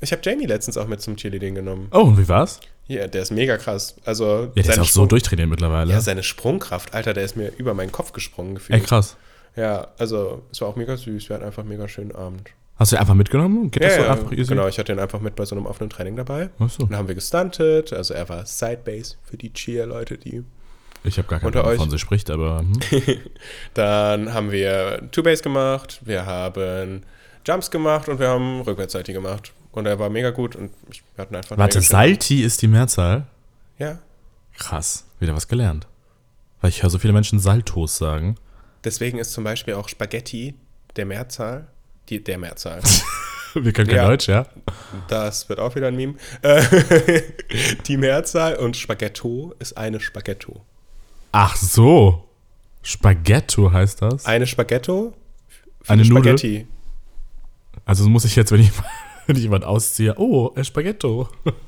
Speaker 2: ich habe Jamie letztens auch mit zum Cheerleading genommen.
Speaker 1: Oh, und wie war's?
Speaker 2: Ja, der ist mega krass. Also,
Speaker 1: Ja, der ist
Speaker 2: seine
Speaker 1: auch so
Speaker 2: Sprung-
Speaker 1: durchtrainiert mittlerweile.
Speaker 2: Ja, seine Sprungkraft, Alter, der ist mir über meinen Kopf gesprungen
Speaker 1: Ey,
Speaker 2: gefühlt.
Speaker 1: krass.
Speaker 2: Ja, also es war auch mega süß. Wir hatten einfach einen mega schönen Abend.
Speaker 1: Hast du den einfach mitgenommen? Geht
Speaker 2: Ja,
Speaker 1: das so
Speaker 2: ja,
Speaker 1: einfach easy?
Speaker 2: genau. Ich hatte ihn einfach mit bei so einem offenen Training dabei.
Speaker 1: Ach so.
Speaker 2: Und dann haben wir gestuntet. Also er war Sidebase für die Cheer-Leute, die.
Speaker 1: Ich habe gar keine
Speaker 2: Unter
Speaker 1: Ahnung,
Speaker 2: euch?
Speaker 1: wovon sie spricht, aber
Speaker 2: <laughs>
Speaker 1: hm.
Speaker 2: Dann haben wir Two-Base gemacht. Wir haben Jumps gemacht und wir haben Rückwärtsseite gemacht. Und er war mega gut und ich, wir hatten einfach. einen
Speaker 1: Warte,
Speaker 2: mega schönen-
Speaker 1: Salty ist die Mehrzahl?
Speaker 2: Ja.
Speaker 1: Krass. Wieder was gelernt. Weil ich höre so viele Menschen Saltos sagen. <laughs>
Speaker 2: Deswegen ist zum Beispiel auch Spaghetti der Mehrzahl. Die,
Speaker 1: <laughs>
Speaker 2: der Mehrzahl.
Speaker 1: Wir können kein
Speaker 2: Ja.
Speaker 1: Deutsch, ja?
Speaker 2: Das wird auch wieder ein Meme. Äh, <laughs> die Mehrzahl und Spaghetto ist eine Spaghetto.
Speaker 1: Ach so. Spaghetto heißt das.
Speaker 2: Eine Spaghetto? viele
Speaker 1: Eine Nudel?
Speaker 2: Spaghetti. Nudel?
Speaker 1: Also muss ich jetzt, wenn ich, <laughs> wenn ich jemand ausziehe, oh, äh, Spaghetto. <laughs>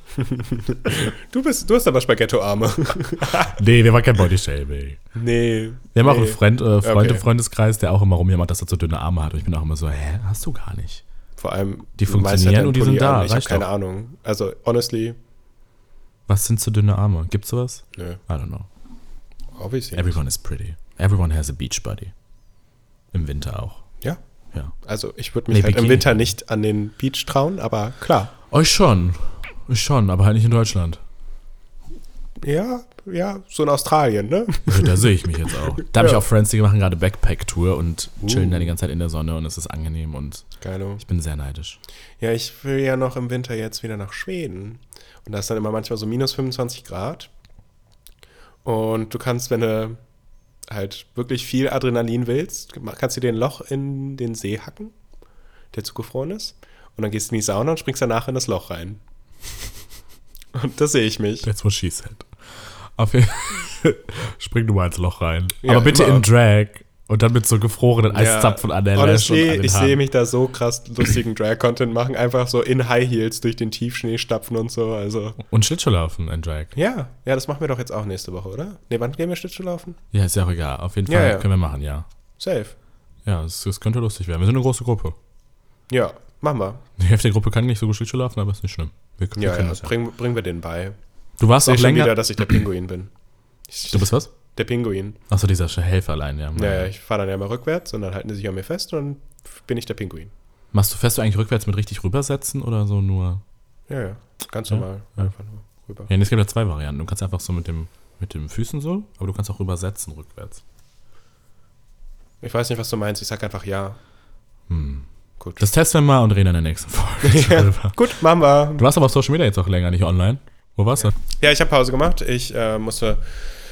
Speaker 2: Du, bist, du hast aber Spaghetto-Arme. <laughs>
Speaker 1: Nee, wir machen kein Bodyshaming.
Speaker 2: nee.
Speaker 1: Wir haben auch
Speaker 2: nee.
Speaker 1: einen Freund, äh, Freund im
Speaker 2: Okay.
Speaker 1: Freundeskreis, der auch immer rumjammert, dass er so dünne Arme hat. Und ich bin auch immer so, hä, hast du gar nicht.
Speaker 2: Vor allem,
Speaker 1: Die
Speaker 2: du meinst
Speaker 1: funktionieren
Speaker 2: ja deinen
Speaker 1: und die
Speaker 2: Pulli
Speaker 1: sind da,
Speaker 2: an. Ich habe
Speaker 1: reicht
Speaker 2: keine
Speaker 1: doch.
Speaker 2: Ahnung. Also, honestly,
Speaker 1: Was sind so dünne Arme? Gibt's sowas?
Speaker 2: nö.
Speaker 1: I don't know.
Speaker 2: Obviously.
Speaker 1: Everyone is pretty. Everyone has a beach body. Im Winter auch.
Speaker 2: ja.
Speaker 1: Ja.
Speaker 2: Also, ich würde mich
Speaker 1: Nee,
Speaker 2: halt im
Speaker 1: Bikini.
Speaker 2: Winter nicht an den Beach trauen, aber klar.
Speaker 1: Euch Oh, schon. Ich schon, aber halt nicht in Deutschland.
Speaker 2: Ja, ja, so in Australien, ne?
Speaker 1: Also Da sehe ich mich jetzt auch. Da habe ich
Speaker 2: Ja.
Speaker 1: auch Friends, die machen gerade Backpack-Tour und chillen
Speaker 2: Uh.
Speaker 1: dann die ganze Zeit in der Sonne und es ist angenehm und
Speaker 2: Keine
Speaker 1: ich bin sehr neidisch.
Speaker 2: Ja, ich will ja noch im Winter jetzt wieder nach Schweden. Und da ist dann immer manchmal so minus 25 Grad. Und du kannst, wenn du halt wirklich viel Adrenalin willst, kannst du dir ein Loch in den See hacken, der zugefroren ist. Und dann gehst du in die Sauna und springst danach in das Loch rein. <laughs> Und das sehe ich mich.
Speaker 1: That's what she said. Auf jeden <laughs> Spring du mal ins Loch rein.
Speaker 2: Ja,
Speaker 1: aber bitte
Speaker 2: immer.
Speaker 1: in Drag und dann mit so gefrorenen Eiszapfen an der Lash und
Speaker 2: Honestly,
Speaker 1: an den
Speaker 2: Oh, ich
Speaker 1: Haaren.
Speaker 2: sehe mich da so krass lustigen Drag-Content machen, einfach so in High Heels durch den Tiefschnee stapfen und so. Also
Speaker 1: Und Schlittschuhlaufen in Drag.
Speaker 2: ja, ja, das machen wir doch jetzt auch nächste Woche, oder? Ne, wann gehen wir Schlittschuh laufen?
Speaker 1: Ja, ist ja auch egal. Auf jeden Fall
Speaker 2: Ja, ja.
Speaker 1: können wir machen, ja.
Speaker 2: Safe.
Speaker 1: Ja, es, es könnte lustig werden. Wir sind eine große Gruppe.
Speaker 2: Ja, machen wir.
Speaker 1: Die Hälfte der Gruppe kann nicht so gut Schlittschuh laufen, aber ist nicht schlimm. Wir, wir
Speaker 2: Ja,
Speaker 1: können
Speaker 2: ja.
Speaker 1: das ja.
Speaker 2: Bring, bringen wir den bei.
Speaker 1: Du warst
Speaker 2: Seh
Speaker 1: auch
Speaker 2: schon
Speaker 1: länger.
Speaker 2: wieder, dass ich der Pinguin bin. Ich,
Speaker 1: du bist was?
Speaker 2: der Pinguin.
Speaker 1: Achso, dieser Helfer allein, ja.
Speaker 2: Ja, ja, ich fahre dann ja mal rückwärts und dann halten die sich an mir fest und dann bin ich der Pinguin.
Speaker 1: Machst du fährst du eigentlich rückwärts mit richtig rübersetzen oder so nur?
Speaker 2: Ja, ja. Ganz
Speaker 1: Ja,
Speaker 2: normal.
Speaker 1: ja.
Speaker 2: Einfach nur rüber.
Speaker 1: Ja, nee, es gibt ja zwei Varianten. Du kannst einfach so mit dem mit den Füßen so, aber du kannst auch rübersetzen rückwärts.
Speaker 2: Ich weiß nicht, was du meinst. Ich sag einfach ja.
Speaker 1: Hm.
Speaker 2: Gut.
Speaker 1: Das testen wir mal und reden in der nächsten <laughs> Folge
Speaker 2: <laughs>
Speaker 1: drüber.
Speaker 2: Gut, machen wir.
Speaker 1: Du warst aber auf Social Media jetzt auch länger nicht online. Wo warst du?
Speaker 2: Ja, ich habe Pause gemacht. Ich äh, musste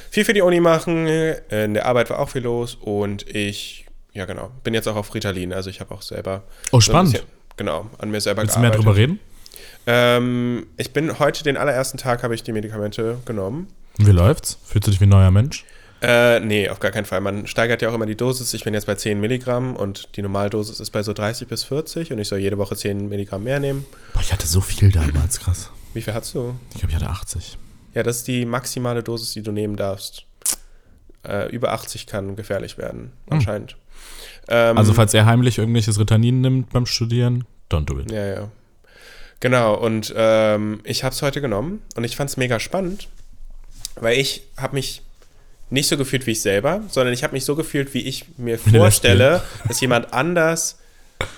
Speaker 2: viel für die Uni machen. In der Arbeit war auch viel los und ich, ja genau, bin jetzt auch auf Ritalin. Also ich habe auch selber.
Speaker 1: Oh,
Speaker 2: so ein
Speaker 1: spannend.
Speaker 2: bisschen- genau, an mir selber
Speaker 1: Willst du mehr drüber reden?
Speaker 2: Ähm, ich bin heute den allerersten Tag habe ich die Medikamente genommen
Speaker 1: Wie läuft's? Fühlst du dich wie ein neuer Mensch?
Speaker 2: Äh, nee, auf gar keinen Fall. Man steigert ja auch immer die Dosis. Ich bin jetzt bei 10 Milligramm und die Normaldosis ist bei so 30 bis 40 und ich soll jede Woche 10 Milligramm mehr nehmen.
Speaker 1: Boah, ich hatte so viel damals, krass.
Speaker 2: Wie viel hast du?
Speaker 1: Ich glaube, ich hatte 80.
Speaker 2: Ja, das ist die maximale Dosis, die du nehmen darfst. Äh, über 80 kann gefährlich werden, anscheinend. Ähm,
Speaker 1: Hm. Also, falls er heimlich irgendwelches Ritalin nimmt beim Studieren, don't do it.
Speaker 2: Ja, ja. Genau, und ähm, ich habe es heute genommen und ich fand es mega spannend, weil ich habe mich nicht so gefühlt wie ich selber, sondern ich habe mich so gefühlt, wie ich mir
Speaker 1: der
Speaker 2: vorstelle, dass jemand anders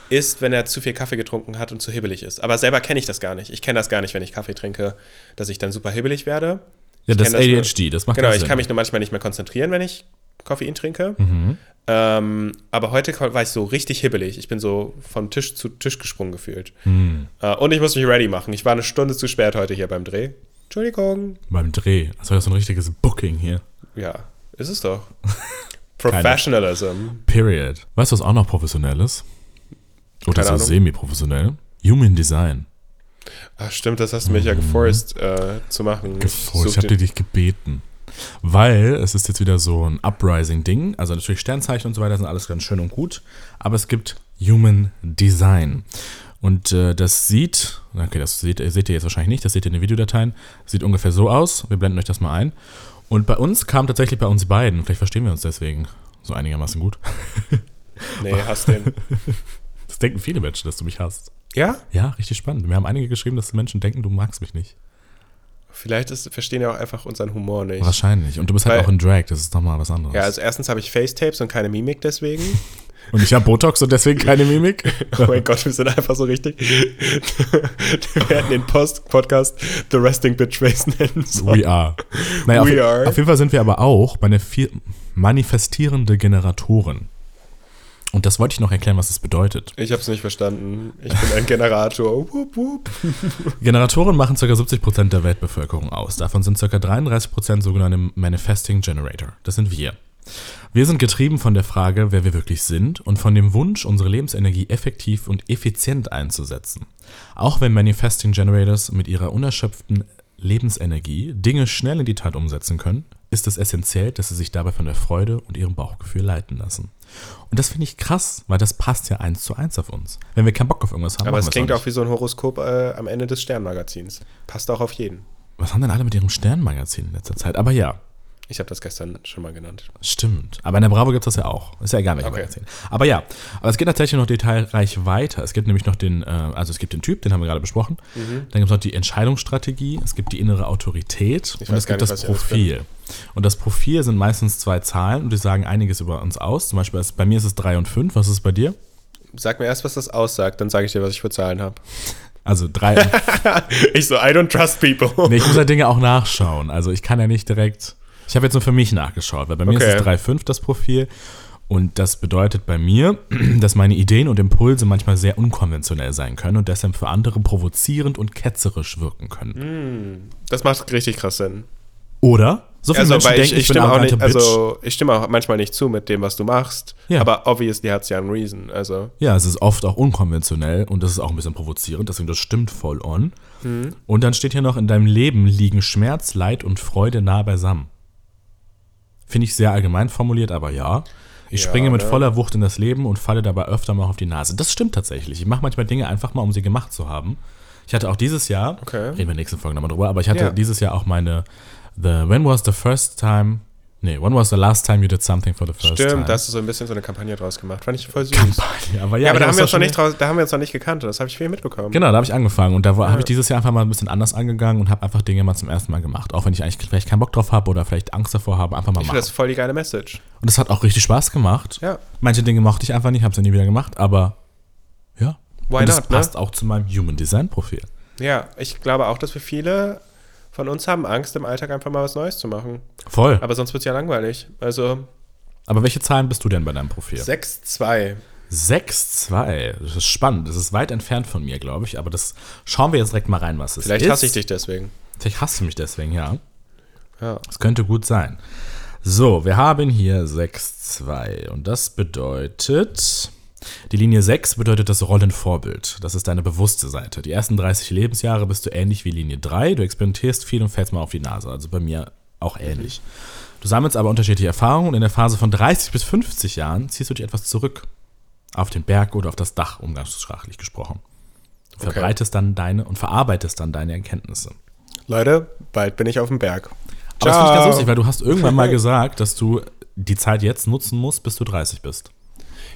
Speaker 2: ist, wenn er zu viel Kaffee getrunken hat und zu hibbelig ist. Aber selber kenne ich das gar nicht. Ich kenne das gar nicht, wenn ich Kaffee trinke, dass ich dann super hibbelig werde.
Speaker 1: Ja, das ist
Speaker 2: kenn das nur-
Speaker 1: ADHD, das macht
Speaker 2: Genau,
Speaker 1: keinen
Speaker 2: ich
Speaker 1: Sinn.
Speaker 2: kann mich nur manchmal nicht mehr konzentrieren, wenn ich Koffein trinke.
Speaker 1: Mhm.
Speaker 2: Ähm, aber heute ko- war ich so richtig hibbelig. Ich bin so von Tisch zu Tisch gesprungen gefühlt.
Speaker 1: Mhm.
Speaker 2: Äh, und ich muss mich ready machen. Ich war eine Stunde zu spät heute hier beim Dreh. Entschuldigung.
Speaker 1: Beim Dreh. Das war ja so ein richtiges Booking hier.
Speaker 2: Ja, ist
Speaker 1: <laughs>
Speaker 2: es doch. Professionalism.
Speaker 1: Period. Weißt du, was auch noch professionell ist? Oder
Speaker 2: Keine
Speaker 1: so
Speaker 2: Ahnung.
Speaker 1: semi-professionell? Human Design.
Speaker 2: Ach, Ah, stimmt, das hast du mich ja geforst äh, zu machen.
Speaker 1: Gefreut. Mhm. Ich
Speaker 2: Such
Speaker 1: habe
Speaker 2: den-
Speaker 1: dich gebeten. Weil es ist jetzt wieder so ein Uprising-Ding. Also natürlich Sternzeichen und so weiter sind alles ganz schön und gut. Aber es gibt Human Design. Und äh, das sieht, okay, das seht, seht ihr jetzt wahrscheinlich nicht, das seht ihr in den Videodateien, sieht ungefähr so aus. Wir blenden euch das mal ein. Und bei uns kam tatsächlich bei uns beiden, vielleicht verstehen wir uns deswegen so einigermaßen gut. <laughs>
Speaker 2: nee, hast den.
Speaker 1: Das denken viele Menschen, dass du mich hast.
Speaker 2: Ja,
Speaker 1: <laughs> Ja, richtig spannend. Mir haben einige geschrieben, dass Menschen denken, du magst mich nicht.
Speaker 2: vielleicht ist, verstehen ja auch einfach unseren Humor nicht.
Speaker 1: Wahrscheinlich. Und du bist halt
Speaker 2: Weil-
Speaker 1: auch in Drag, das ist nochmal was anderes.
Speaker 2: Ja, also erstens habe ich Facetapes und keine Mimik deswegen.
Speaker 1: Und ich habe Botox und deswegen keine Mimik.
Speaker 2: Oh mein Gott, wir sind einfach so richtig. <laughs> wir werden den Post-Podcast The Resting Bitch Face nennen sollen.
Speaker 1: We are. Naja,
Speaker 2: We
Speaker 1: auf,
Speaker 2: are.
Speaker 1: auf jeden Fall sind wir aber auch bei einer vier, manifestierende Generatorin. Und das wollte ich noch erklären, was das bedeutet.
Speaker 2: Ich hab's nicht verstanden. Ich bin ein Generator. Wup, wup.
Speaker 1: Generatoren machen ca. 70% der Weltbevölkerung aus. Davon sind ca. 33% sogenannte Manifesting Generator. Das sind wir. Wir sind getrieben von der Frage, wer wir wirklich sind und von dem Wunsch, unsere Lebensenergie effektiv und effizient einzusetzen. Auch wenn Manifesting Generators mit ihrer unerschöpften Lebensenergie Dinge schnell in die Tat umsetzen können, ist es essentiell, dass sie sich dabei von der Freude und ihrem Bauchgefühl leiten lassen. Und das finde ich krass, weil das passt ja eins zu eins auf uns. Wenn wir keinen Bock auf irgendwas haben,
Speaker 2: Aber
Speaker 1: machen
Speaker 2: es
Speaker 1: wir's
Speaker 2: klingt
Speaker 1: auch
Speaker 2: auch wie so ein Horoskop äh, am Ende des Sternmagazins. Passt auch auf jeden.
Speaker 1: Was haben denn alle mit ihrem Sternmagazin in letzter Zeit? Aber ja,
Speaker 2: Ich habe das gestern schon mal genannt.
Speaker 1: stimmt. Aber in der Bravo gibt es das ja auch. Ist ja egal, welches
Speaker 2: Okay.
Speaker 1: Magazin. Aber ja, aber es geht tatsächlich noch detailreich weiter. Es gibt nämlich noch den, äh, also es gibt den Typ, den haben wir gerade besprochen.
Speaker 2: Mhm.
Speaker 1: Dann gibt es noch die Entscheidungsstrategie, es gibt die innere Autorität und
Speaker 2: weiß
Speaker 1: es
Speaker 2: gar
Speaker 1: gibt
Speaker 2: nicht,
Speaker 1: das
Speaker 2: was ich alles
Speaker 1: Profil. Und das Profil sind meistens zwei Zahlen und die sagen einiges über uns aus. Zum Beispiel, ist, bei mir ist es 3 und 5. Was ist es bei dir?
Speaker 2: Sag mir erst, was das aussagt, dann sage ich dir, was ich für Zahlen habe.
Speaker 1: Also 3 und
Speaker 2: <laughs> Ich so, I don't trust people.
Speaker 1: Nee, ich muss ja Dinge auch nachschauen. Also ich kann ja nicht direkt. Ich habe jetzt nur für mich nachgeschaut, weil bei mir
Speaker 2: Okay.
Speaker 1: ist es 3,5 das Profil. Und das bedeutet bei mir, <clears throat> dass meine Ideen und Impulse manchmal sehr unkonventionell sein können und deshalb für andere provozierend und ketzerisch wirken
Speaker 2: Mhm.
Speaker 1: können.
Speaker 2: <laughs> Das macht richtig krass Sinn.
Speaker 1: Oder? So viele
Speaker 2: Also,
Speaker 1: Menschen
Speaker 2: weil
Speaker 1: denken,
Speaker 2: ich, ich,
Speaker 1: bin
Speaker 2: stimme auch
Speaker 1: arrogante
Speaker 2: nicht,
Speaker 1: Bitch.
Speaker 2: also, ich stimme auch manchmal nicht zu mit dem, was du machst.
Speaker 1: Ja.
Speaker 2: Aber obviously hat's ja einen Reason. Also,
Speaker 1: Ja, es ist oft auch unkonventionell und das ist auch ein bisschen provozierend, deswegen das stimmt voll on.
Speaker 2: Mhm.
Speaker 1: Und dann steht hier noch, in deinem Leben liegen Schmerz, Leid und Freude nah beisammen. Finde ich sehr allgemein formuliert, aber ja. Ich
Speaker 2: Ja,
Speaker 1: springe mit
Speaker 2: ne?
Speaker 1: voller Wucht in das Leben und falle dabei öfter mal auf die Nase. Das stimmt tatsächlich. Ich mache manchmal Dinge einfach mal, um sie gemacht zu haben. Ich hatte auch dieses Jahr,
Speaker 2: Okay.
Speaker 1: reden wir in der nächsten Folge nochmal drüber, aber ich hatte
Speaker 2: Ja.
Speaker 1: dieses Jahr auch meine The When was the first time? Nee, when was the last time you did something for the first
Speaker 2: Stimmt,
Speaker 1: time?
Speaker 2: da hast du so ein bisschen so eine Kampagne draus gemacht. Fand ich voll süß.
Speaker 1: Kampagne. Aber ja,
Speaker 2: Ja, aber da haben, wir uns
Speaker 1: das
Speaker 2: noch
Speaker 1: schon-
Speaker 2: nicht draus, da haben wir uns noch nicht gekannt. Das habe ich viel mitbekommen.
Speaker 1: Genau, da habe ich angefangen und da habe ich dieses Jahr einfach mal ein bisschen anders angegangen und habe einfach Dinge mal zum ersten Mal gemacht. Auch wenn ich eigentlich vielleicht keinen Bock drauf habe oder vielleicht Angst davor habe, einfach mal
Speaker 2: Ich
Speaker 1: machen.
Speaker 2: finde das voll die geile Message.
Speaker 1: und das hat auch richtig Spaß gemacht.
Speaker 2: Ja.
Speaker 1: Manche Dinge mochte ich einfach nicht, habe sie nie wieder gemacht, aber ja.
Speaker 2: Why
Speaker 1: und das
Speaker 2: not, ne?
Speaker 1: passt auch zu meinem Human Design Profil.
Speaker 2: Ja, ich glaube auch, dass wir viele von uns haben Angst, im Alltag einfach mal was Neues zu machen.
Speaker 1: Voll. Aber,
Speaker 2: Aber sonst wird es ja langweilig. Also
Speaker 1: welche Zahlen bist du denn bei deinem Profil?
Speaker 2: 6-2.
Speaker 1: 6-2. Das ist spannend. Das ist weit entfernt von mir, glaube ich. Aber das schauen wir jetzt direkt mal rein, was es ist.
Speaker 2: Vielleicht hasse ich dich deswegen.
Speaker 1: Vielleicht hasst du mich deswegen, ja.
Speaker 2: Ja.
Speaker 1: Das könnte gut sein. So, wir haben hier 6-2 und das bedeutet, die Linie 6 bedeutet das Rollenvorbild. Das ist deine bewusste Seite. Die ersten 30 Lebensjahre bist du ähnlich wie Linie 3. Du experimentierst viel und fällst mal auf die Nase. Also bei mir auch ähnlich. Du sammelst aber unterschiedliche Erfahrungen und in der Phase von 30 bis 50 Jahren ziehst du dich etwas zurück. Auf den Berg oder auf das Dach, umgangssprachlich gesprochen. Du
Speaker 2: Okay.
Speaker 1: verbreitest dann deine und verarbeitest dann deine Erkenntnisse.
Speaker 2: Leute, bald bin ich auf dem Berg.
Speaker 1: Aber das finde ich ganz
Speaker 2: Ciao.
Speaker 1: lustig, weil du hast irgendwann mal gesagt, dass du die Zeit jetzt nutzen musst, bis du 30 bist.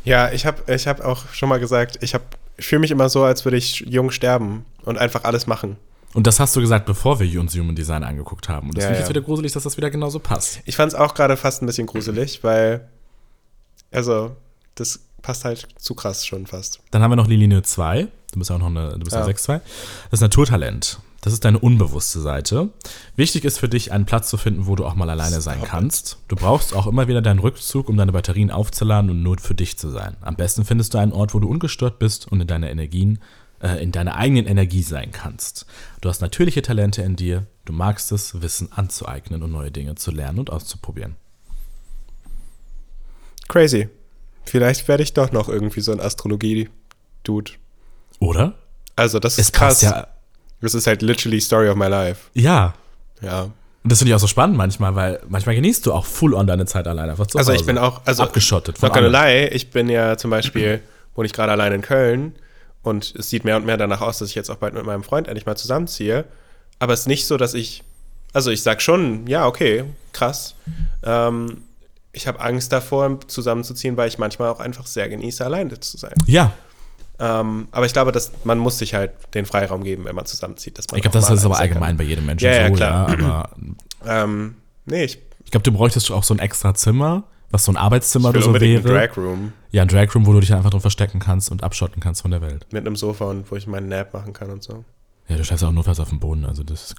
Speaker 2: Ja, ich habe ich hab auch schon mal gesagt, ich, hab- ich fühle mich immer so, als würde ich jung sterben und einfach alles machen.
Speaker 1: Und das hast du gesagt, bevor wir uns Human Design angeguckt haben. Und das
Speaker 2: Ja,
Speaker 1: finde ich jetzt
Speaker 2: ja.
Speaker 1: wieder gruselig, dass das wieder genauso passt.
Speaker 2: Ich fand es auch gerade fast ein bisschen gruselig, weil, also, das passt halt zu krass schon fast.
Speaker 1: Dann haben wir noch die Linie 2. Du bist ja auch noch eine, du bist ja.
Speaker 2: Ja.
Speaker 1: 6-2. Das Naturtalent. Das ist deine unbewusste Seite. Wichtig ist für dich, einen Platz zu finden, wo du auch mal alleine sein kannst. Du brauchst auch immer wieder deinen Rückzug, um deine Batterien aufzuladen und nur für dich zu sein. Am besten findest du einen Ort, wo du ungestört bist und in deiner Energien, äh, in deiner eigenen Energie sein kannst. Du hast natürliche Talente in dir. Du magst es, Wissen anzueignen und neue Dinge zu lernen und auszuprobieren.
Speaker 2: Crazy. Vielleicht werde ich doch noch irgendwie so ein Astrologie-Dude.
Speaker 1: Oder?
Speaker 2: Also, das
Speaker 1: Es
Speaker 2: ist
Speaker 1: passt
Speaker 2: krass.
Speaker 1: ja.
Speaker 2: Das ist halt literally Story of my life.
Speaker 1: Ja,
Speaker 2: Ja.
Speaker 1: Und das finde ich auch so spannend manchmal, weil manchmal genießt du auch full on deine Zeit alleine. Einfach zu
Speaker 2: Also,
Speaker 1: Hause.
Speaker 2: ich bin auch, also,
Speaker 1: abgeschottet von
Speaker 2: not gonna
Speaker 1: allem.
Speaker 2: lie, ich bin ja zum Beispiel, <clears throat> wohne ich gerade allein in Köln und es sieht mehr und mehr danach aus, dass ich jetzt auch bald mit meinem Freund endlich mal zusammenziehe. Aber es ist nicht so, dass ich, also ich sag schon, ja, okay, krass. Ähm, ich habe Angst davor, zusammenzuziehen, weil ich manchmal auch einfach sehr genieße, alleine zu sein.
Speaker 1: Ja,
Speaker 2: Ähm, aber ich glaube, dass man muss sich halt den Freiraum geben, wenn man zusammenzieht. Dass man
Speaker 1: ich glaube,
Speaker 2: auch
Speaker 1: das
Speaker 2: mal
Speaker 1: ist aber
Speaker 2: allein sein
Speaker 1: allgemein bei jedem Menschen
Speaker 2: Ja, ja,
Speaker 1: so,
Speaker 2: klar.
Speaker 1: ja. Aber
Speaker 2: kann. Ähm, nee, ich,
Speaker 1: ich glaube, du bräuchtest auch so ein extra Zimmer, was so ein Arbeitszimmer
Speaker 2: ich
Speaker 1: oder
Speaker 2: will
Speaker 1: so
Speaker 2: unbedingt
Speaker 1: wäre.
Speaker 2: einen Drag Room
Speaker 1: ja, ein Drag Room, wo du dich einfach drin verstecken kannst und abschotten kannst von der Welt.
Speaker 2: mit einem Sofa und wo ich meinen Nap machen kann und so.
Speaker 1: Ja, du schläfst auch nur fast auf dem Boden. Also das ist,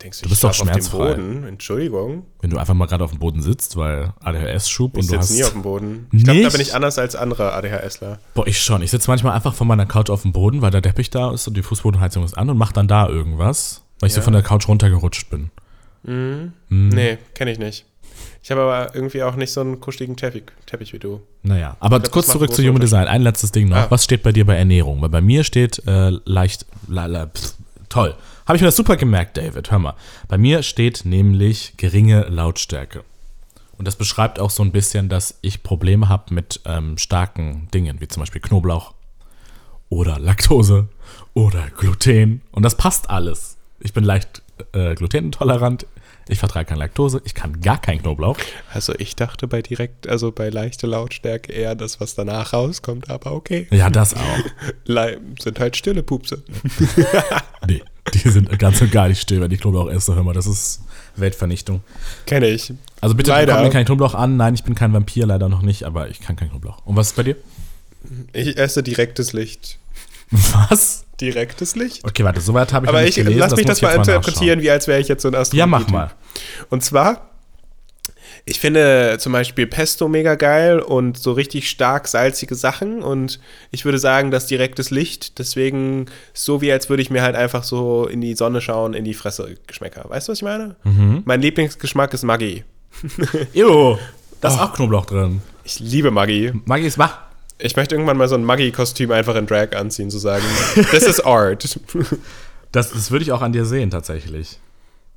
Speaker 2: Denkst
Speaker 1: Du bist doch
Speaker 2: schlaf auf dem
Speaker 1: schmerzfrei.
Speaker 2: Boden? Entschuldigung.
Speaker 1: wenn du einfach mal gerade auf dem Boden sitzt, weil ADHS-Schub
Speaker 2: Ich
Speaker 1: und du
Speaker 2: sitze
Speaker 1: hast.
Speaker 2: nie auf dem Boden. Ich glaube, da
Speaker 1: Nicht?
Speaker 2: bin ich anders als andere ADHSler.
Speaker 1: boah, ich schon. Ich sitze manchmal einfach von meiner Couch auf dem Boden, weil der Teppich da ist und die Fußbodenheizung ist an und mach dann da irgendwas, weil ich so
Speaker 2: Ja.
Speaker 1: von der Couch runtergerutscht bin. Mhm.
Speaker 2: Nee, kenne ich nicht. Ich habe aber irgendwie auch nicht so einen kuscheligen Teppich, Teppich wie du.
Speaker 1: Naja, aber
Speaker 2: glaub,
Speaker 1: kurz
Speaker 2: das macht
Speaker 1: zurück zu
Speaker 2: einen
Speaker 1: Human
Speaker 2: großen
Speaker 1: Design. Ein letztes Ding noch.
Speaker 2: Ah.
Speaker 1: Was steht bei dir bei Ernährung? Weil bei mir steht äh, leicht. La, la, pff, toll. Habe ich mir das super gemerkt, David. Hör mal. Bei mir steht nämlich geringe Lautstärke. Und das beschreibt auch so ein bisschen, dass ich Probleme habe mit ähm, starken Dingen, wie zum Beispiel Knoblauch oder Laktose oder Gluten. Und das passt alles. Ich bin leicht äh, glutenintolerant. Ich vertrage keine Laktose. Ich kann gar keinen Knoblauch.
Speaker 2: Also ich dachte bei direkt, also bei leichter Lautstärke eher das, was danach rauskommt, aber okay.
Speaker 1: Ja, das auch.
Speaker 2: Le sind halt
Speaker 1: <laughs>
Speaker 2: stille Pupse.
Speaker 1: Nee, die sind ganz und gar nicht still, wenn ich Knoblauch esse. Hör mal, das ist Weltvernichtung.
Speaker 2: kenne ich.
Speaker 1: Also bitte
Speaker 2: Leider.
Speaker 1: kommt mir kein Knoblauch an. Nein, ich bin kein Vampir, leider noch nicht, aber ich kann kein Knoblauch. Und was ist bei
Speaker 2: <laughs>
Speaker 1: dir?
Speaker 2: Ich esse direktes Licht.
Speaker 1: Was?
Speaker 2: Direktes Licht?
Speaker 1: Okay, warte, soweit habe ich
Speaker 2: Aber
Speaker 1: noch
Speaker 2: ich
Speaker 1: nicht gelesen,
Speaker 2: lass mich
Speaker 1: muss
Speaker 2: das
Speaker 1: ich
Speaker 2: mal
Speaker 1: jetzt
Speaker 2: interpretieren, wie als wäre ich jetzt so ein
Speaker 1: nachschauen.
Speaker 2: Astronaut.
Speaker 1: Ja, mach
Speaker 2: <laughs>
Speaker 1: mal.
Speaker 2: Und zwar, ich finde zum Beispiel Pesto mega geil und so richtig stark salzige Sachen. Und ich würde sagen, das direktes Licht, deswegen so wie als würde ich mir halt einfach so in die Sonne schauen, in die Fresse Geschmäcker. Weißt du, was ich meine?
Speaker 1: Mhm.
Speaker 2: Mein Lieblingsgeschmack ist Maggi.
Speaker 1: Ew, da
Speaker 2: Oh.
Speaker 1: ist auch Knoblauch drin.
Speaker 2: Ich liebe Maggi.
Speaker 1: Maggi ist wach.
Speaker 2: Ich möchte irgendwann mal so ein Maggi-Kostüm einfach in Drag anziehen,
Speaker 1: <laughs>
Speaker 2: so sagen. This is art. <laughs>
Speaker 1: Das, das würde ich auch an dir sehen, tatsächlich.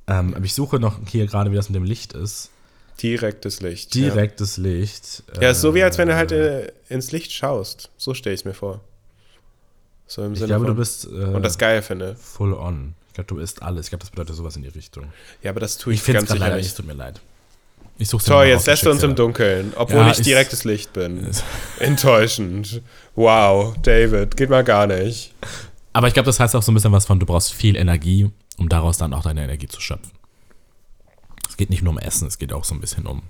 Speaker 1: Ähm, aber ich suche noch hier gerade, wie das mit dem Licht ist.
Speaker 2: Direktes Licht.
Speaker 1: Direktes Licht.
Speaker 2: Ja, ja ist so wie als wenn du halt äh, ins Licht schaust. So stelle ich es mir vor. So im
Speaker 1: Ich
Speaker 2: Sinne
Speaker 1: glaube, du
Speaker 2: von-
Speaker 1: bist äh,
Speaker 2: und das geil finde.
Speaker 1: full on. Ich glaube, du isst alles. Ich glaube, das bedeutet sowas in die Richtung.
Speaker 2: Ja, aber das tue ich,
Speaker 1: Ich finde es
Speaker 2: ganz
Speaker 1: gerade
Speaker 2: sicher
Speaker 1: leider nicht. Es
Speaker 2: nicht.
Speaker 1: tut mir leid. Ich suche
Speaker 2: Toll, jetzt lässt du uns im Dunkeln, obwohl
Speaker 1: Ja,
Speaker 2: ich
Speaker 1: ist-
Speaker 2: direktes Licht bin.
Speaker 1: <laughs>
Speaker 2: Enttäuschend. Wow, David, geht mal gar nicht.
Speaker 1: Aber ich glaube, das heißt auch so ein bisschen was von, du brauchst viel Energie, um daraus dann auch deine Energie zu schöpfen. Es geht nicht nur um Essen, es geht auch so ein bisschen um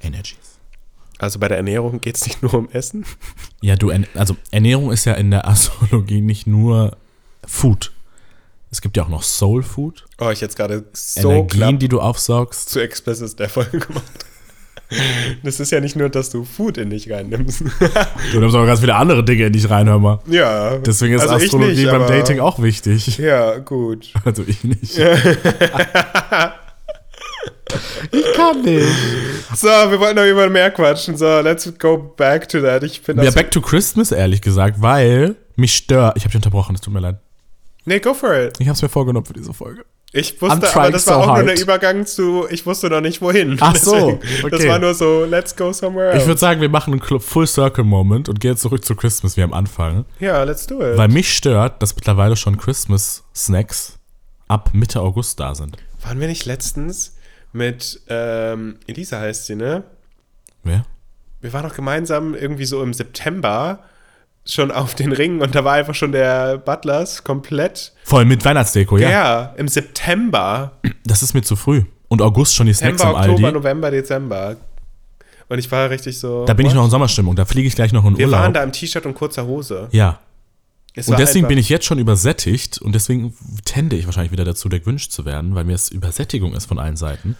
Speaker 1: Energies.
Speaker 2: Also bei der Ernährung geht es nicht nur um Essen.
Speaker 1: Ja, du, en- also Ernährung ist ja in der <laughs> Astrologie nicht nur Food. Es gibt ja auch noch Soul Food,
Speaker 2: Oh, ich jetzt gerade so
Speaker 1: Energien,
Speaker 2: knapp
Speaker 1: die du aufsaugst.
Speaker 2: zu explicit der Folge gemacht. Das ist ja nicht nur, dass du Food in dich reinnimmst. <laughs>
Speaker 1: Du nimmst aber ganz viele andere Dinge in dich rein, hör mal.
Speaker 2: ja.
Speaker 1: Deswegen ist
Speaker 2: Also ich
Speaker 1: Astrologie
Speaker 2: nicht,
Speaker 1: beim
Speaker 2: aber-
Speaker 1: Dating auch wichtig. <laughs>
Speaker 2: Ja, gut.
Speaker 1: Also ich
Speaker 2: <laughs>
Speaker 1: nicht. ich kann nicht.
Speaker 2: So, wir wollten noch über mehr quatschen. So, let's go back to that. Ich finde
Speaker 1: Ja,
Speaker 2: das.
Speaker 1: Back to Christmas, ehrlich gesagt, weil mich stört. Ich habe dich unterbrochen, es tut mir leid.
Speaker 2: nee, go for it.
Speaker 1: Ich habe es mir vorgenommen für diese Folge.
Speaker 2: Ich wusste,
Speaker 1: I'm
Speaker 2: aber
Speaker 1: trying
Speaker 2: das
Speaker 1: so
Speaker 2: war auch nur
Speaker 1: hard.
Speaker 2: der Übergang zu, ich wusste noch nicht wohin.
Speaker 1: Ach so,
Speaker 2: <laughs> Deswegen, Das
Speaker 1: okay.
Speaker 2: war nur so, let's go somewhere
Speaker 1: Ich
Speaker 2: else.
Speaker 1: würde sagen, wir machen einen Cl- Full Circle Moment und gehen zurück zu Christmas wie am Anfang.
Speaker 2: ja, let's do it.
Speaker 1: Weil mich stört, dass mittlerweile schon Christmas Snacks ab Mitte August da sind.
Speaker 2: Waren wir nicht letztens mit, ähm, Elisa heißt sie, ne?
Speaker 1: Wer?
Speaker 2: Wir waren doch gemeinsam irgendwie so im September schon auf den Ringen und da war einfach schon der Butlers komplett.
Speaker 1: Voll mit Weihnachtsdeko,
Speaker 2: Ja,
Speaker 1: ja.
Speaker 2: im September.
Speaker 1: Das ist mir zu früh. Und August schon die Snacks
Speaker 2: September,
Speaker 1: am
Speaker 2: Oktober,
Speaker 1: Aldi.
Speaker 2: November, Dezember. Und ich war richtig so.
Speaker 1: Da bin ich
Speaker 2: what?
Speaker 1: noch in Sommerstimmung. Da fliege ich gleich noch in
Speaker 2: Wir
Speaker 1: Urlaub.
Speaker 2: waren da im T-Shirt und kurzer Hose.
Speaker 1: ja.
Speaker 2: Es
Speaker 1: Und
Speaker 2: war
Speaker 1: deswegen
Speaker 2: einfach-
Speaker 1: bin ich jetzt schon übersättigt und deswegen tende ich wahrscheinlich wieder dazu, der gewünscht zu werden, weil mir es Übersättigung ist von allen Seiten.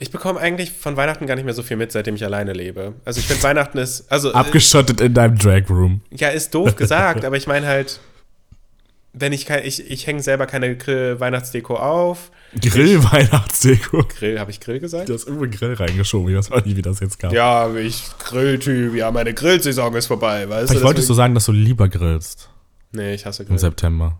Speaker 2: Ich bekomme eigentlich von Weihnachten gar nicht mehr so viel mit, seitdem ich alleine lebe. Also ich finde, Weihnachten ist. Also, äh,
Speaker 1: Abgeschottet in deinem Drag Room.
Speaker 2: ja, ist doof gesagt, aber ich meine halt, wenn ich kein. Ich, ich hänge selber keine Grill- Weihnachtsdeko auf.
Speaker 1: Grill-Weihnachtsdeko.
Speaker 2: Grill, habe ich Grill gesagt?
Speaker 1: Du hast irgendwo einen Grill reingeschoben. Ich weiß auch nicht, wie das jetzt kam.
Speaker 2: Ja, ich Grilltyp, ja, meine Grillsaison ist vorbei, weißt
Speaker 1: Vielleicht
Speaker 2: du?
Speaker 1: wolltest du sagen, dass du lieber grillst
Speaker 2: Nee, ich hasse
Speaker 1: im
Speaker 2: Grill.
Speaker 1: September.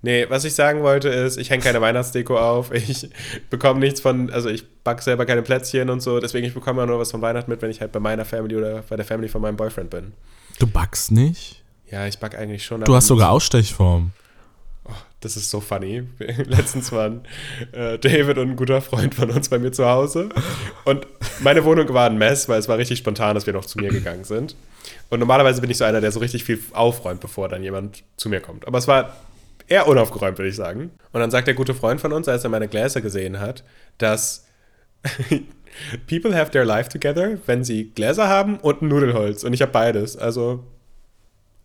Speaker 2: Nee, was ich sagen wollte ist, ich hänge keine Weihnachtsdeko auf, ich bekomme nichts von, also ich back selber keine Plätzchen und so, deswegen ich bekomme ja nur was von Weihnachten mit, wenn ich halt bei meiner Family oder bei der Family von meinem Boyfriend bin.
Speaker 1: Du backst nicht?
Speaker 2: Ja, ich back eigentlich schon.
Speaker 1: Du
Speaker 2: aber-
Speaker 1: hast sogar Ausstechform.
Speaker 2: Das ist so funny. <laughs> Letztens waren äh, David und ein guter Freund von uns bei mir zu Hause. Und meine Wohnung war ein Mess, weil es war richtig spontan, dass wir noch zu mir gegangen sind. Und normalerweise bin ich so einer, der so richtig viel aufräumt, bevor dann jemand zu mir kommt. Aber es war eher unaufgeräumt, würde ich sagen. Und dann sagt der gute Freund von uns, als er meine Gläser gesehen hat, dass <laughs> People have their life together, wenn sie Gläser haben und ein Nudelholz. Und ich habe beides. Also,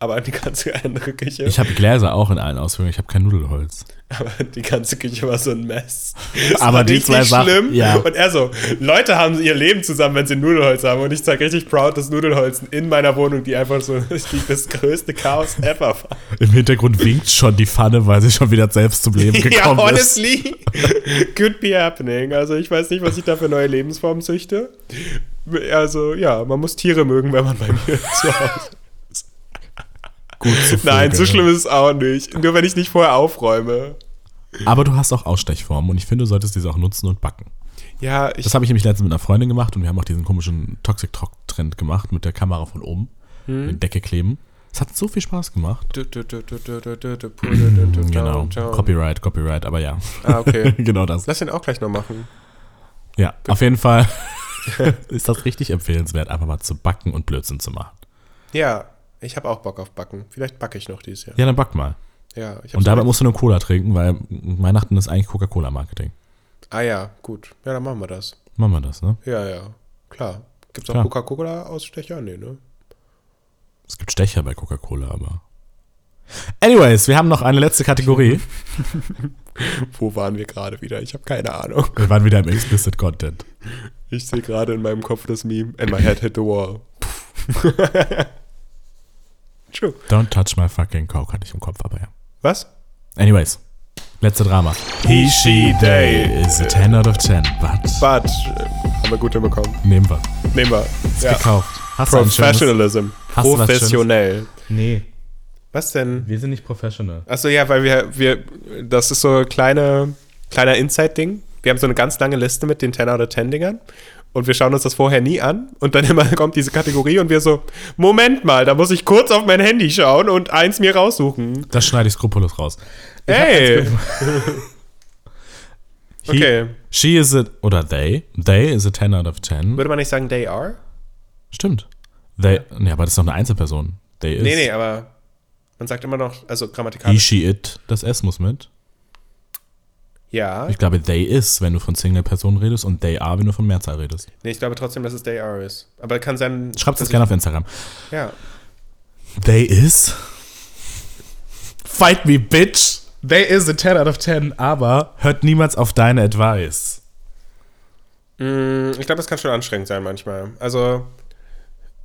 Speaker 2: aber die ganze andere Küche.
Speaker 1: Ich habe Gläser auch in allen Ausführungen. Ich habe kein Nudelholz.
Speaker 2: Aber die ganze Küche war so ein
Speaker 1: <laughs>
Speaker 2: Mess. Es
Speaker 1: Aber
Speaker 2: war
Speaker 1: die
Speaker 2: richtig
Speaker 1: zwei Sachen,
Speaker 2: schlimm.
Speaker 1: ja.
Speaker 2: Und er so, Leute haben ihr Leben zusammen, wenn sie Nudelholz haben. Und ich zeig richtig proud, dass Nudelholz in meiner Wohnung, die einfach so <laughs> die, das größte Chaos ever war.
Speaker 1: Im Hintergrund winkt schon die Pfanne, weil sie schon wieder selbst zum Leben
Speaker 2: <laughs> ja,
Speaker 1: <laughs> gekommen ist.
Speaker 2: honestly, <laughs> could be happening. Also ich weiß nicht, was ich da für neue Lebensformen züchte. Also ja, man muss Tiere mögen, wenn man bei mir <laughs> zu Hause ist.
Speaker 1: Gut zu
Speaker 2: Nein, so
Speaker 1: Vögeln.
Speaker 2: schlimm ist es auch nicht. Nur wenn ich nicht vorher aufräume.
Speaker 1: Aber du hast auch Ausstechformen und ich finde, du solltest diese auch nutzen und backen.
Speaker 2: Ja, ich
Speaker 1: Das habe ich nämlich letztens mit einer Freundin gemacht und wir haben auch diesen komischen Toxic-Trend gemacht mit der Kamera von oben,
Speaker 2: Hm.
Speaker 1: mit Decke kleben. Es hat so viel Spaß gemacht. Genau.
Speaker 2: Genau.
Speaker 1: Copyright, Copyright, aber ja.
Speaker 2: Ah, okay.
Speaker 1: <laughs> genau das.
Speaker 2: Lass den auch gleich noch machen.
Speaker 1: Ja, auf jeden
Speaker 2: <laughs>
Speaker 1: Fall ist das richtig empfehlenswert, einfach mal zu backen und Blödsinn zu machen.
Speaker 2: Ja, ich habe auch Bock auf Backen. Vielleicht backe ich noch dieses Jahr.
Speaker 1: Ja, dann back mal.
Speaker 2: Ja, ich hab
Speaker 1: Und
Speaker 2: so
Speaker 1: dabei
Speaker 2: Bock-
Speaker 1: musst du nur Cola trinken, weil Weihnachten ist eigentlich Coca-Cola-Marketing.
Speaker 2: Ah ja, gut. Ja, dann machen wir das.
Speaker 1: Machen wir das, ne?
Speaker 2: Ja, ja. Klar. Gibt's auch
Speaker 1: Klar.
Speaker 2: Coca-Cola-Ausstecher? Nee, ne?
Speaker 1: Es gibt Stecher bei Coca-Cola, aber. Anyways, wir haben noch eine letzte
Speaker 2: <laughs>
Speaker 1: Kategorie.
Speaker 2: <laughs> Wo waren wir gerade wieder? Ich habe keine Ahnung.
Speaker 1: Wir waren wieder im Explicit Content.
Speaker 2: Ich sehe gerade in meinem Kopf das Meme. And my head hit the wall. <laughs> True.
Speaker 1: Don't touch my fucking Coke hatte ich im Kopf, aber ja.
Speaker 2: Was?
Speaker 1: Anyways, letzte Drama. He, she, they is a 10 out of 10, but
Speaker 2: But äh, haben wir gut hinbekommen.
Speaker 1: nehmen wir.
Speaker 2: Nehmen wir.
Speaker 1: Ist
Speaker 2: Ja.
Speaker 1: gekauft. Hast du ein schönes-
Speaker 2: Professionalism.
Speaker 1: Hast du was Schönes?
Speaker 2: Professionell.
Speaker 1: Nee,
Speaker 2: Was denn?
Speaker 1: wir sind nicht professional.
Speaker 2: Achso, ja, weil wir, wir, das ist so ein kleine, kleiner Insight-Ding. Wir haben so eine ganz lange Liste mit den 10 out of 10 Dingern und wir schauen uns das vorher nie an und dann <laughs> immer kommt diese Kategorie und wir so, Moment mal, da muss ich kurz auf mein Handy schauen und eins mir raussuchen.
Speaker 1: Das schneide ich skrupellos raus.
Speaker 2: Ey!
Speaker 1: He,
Speaker 2: <laughs> Okay.
Speaker 1: She is a, oder they, they is a 10 out of 10.
Speaker 2: Würde man nicht sagen, they are?
Speaker 1: Stimmt. They, nee, aber das ist doch eine Einzelperson. They is.
Speaker 2: Nee, nee, aber man sagt immer noch, also
Speaker 1: He,
Speaker 2: grammatikalisch.
Speaker 1: she, it, das S muss mit.
Speaker 2: Ja,
Speaker 1: Ich glaube, they is, wenn du von Single-Person redest und they are, wenn du von Mehrzahl redest.
Speaker 2: nee, ich glaube trotzdem, dass es they are ist. Aber kann sein.
Speaker 1: Schreibt es
Speaker 2: dass
Speaker 1: gerne auf Instagram.
Speaker 2: ich- Ja.
Speaker 1: They is. Fight me, bitch. They is a 10 out of 10, aber hört niemals auf deine Advice.
Speaker 2: Mm, Ich glaube, das kann schon anstrengend sein manchmal. Also,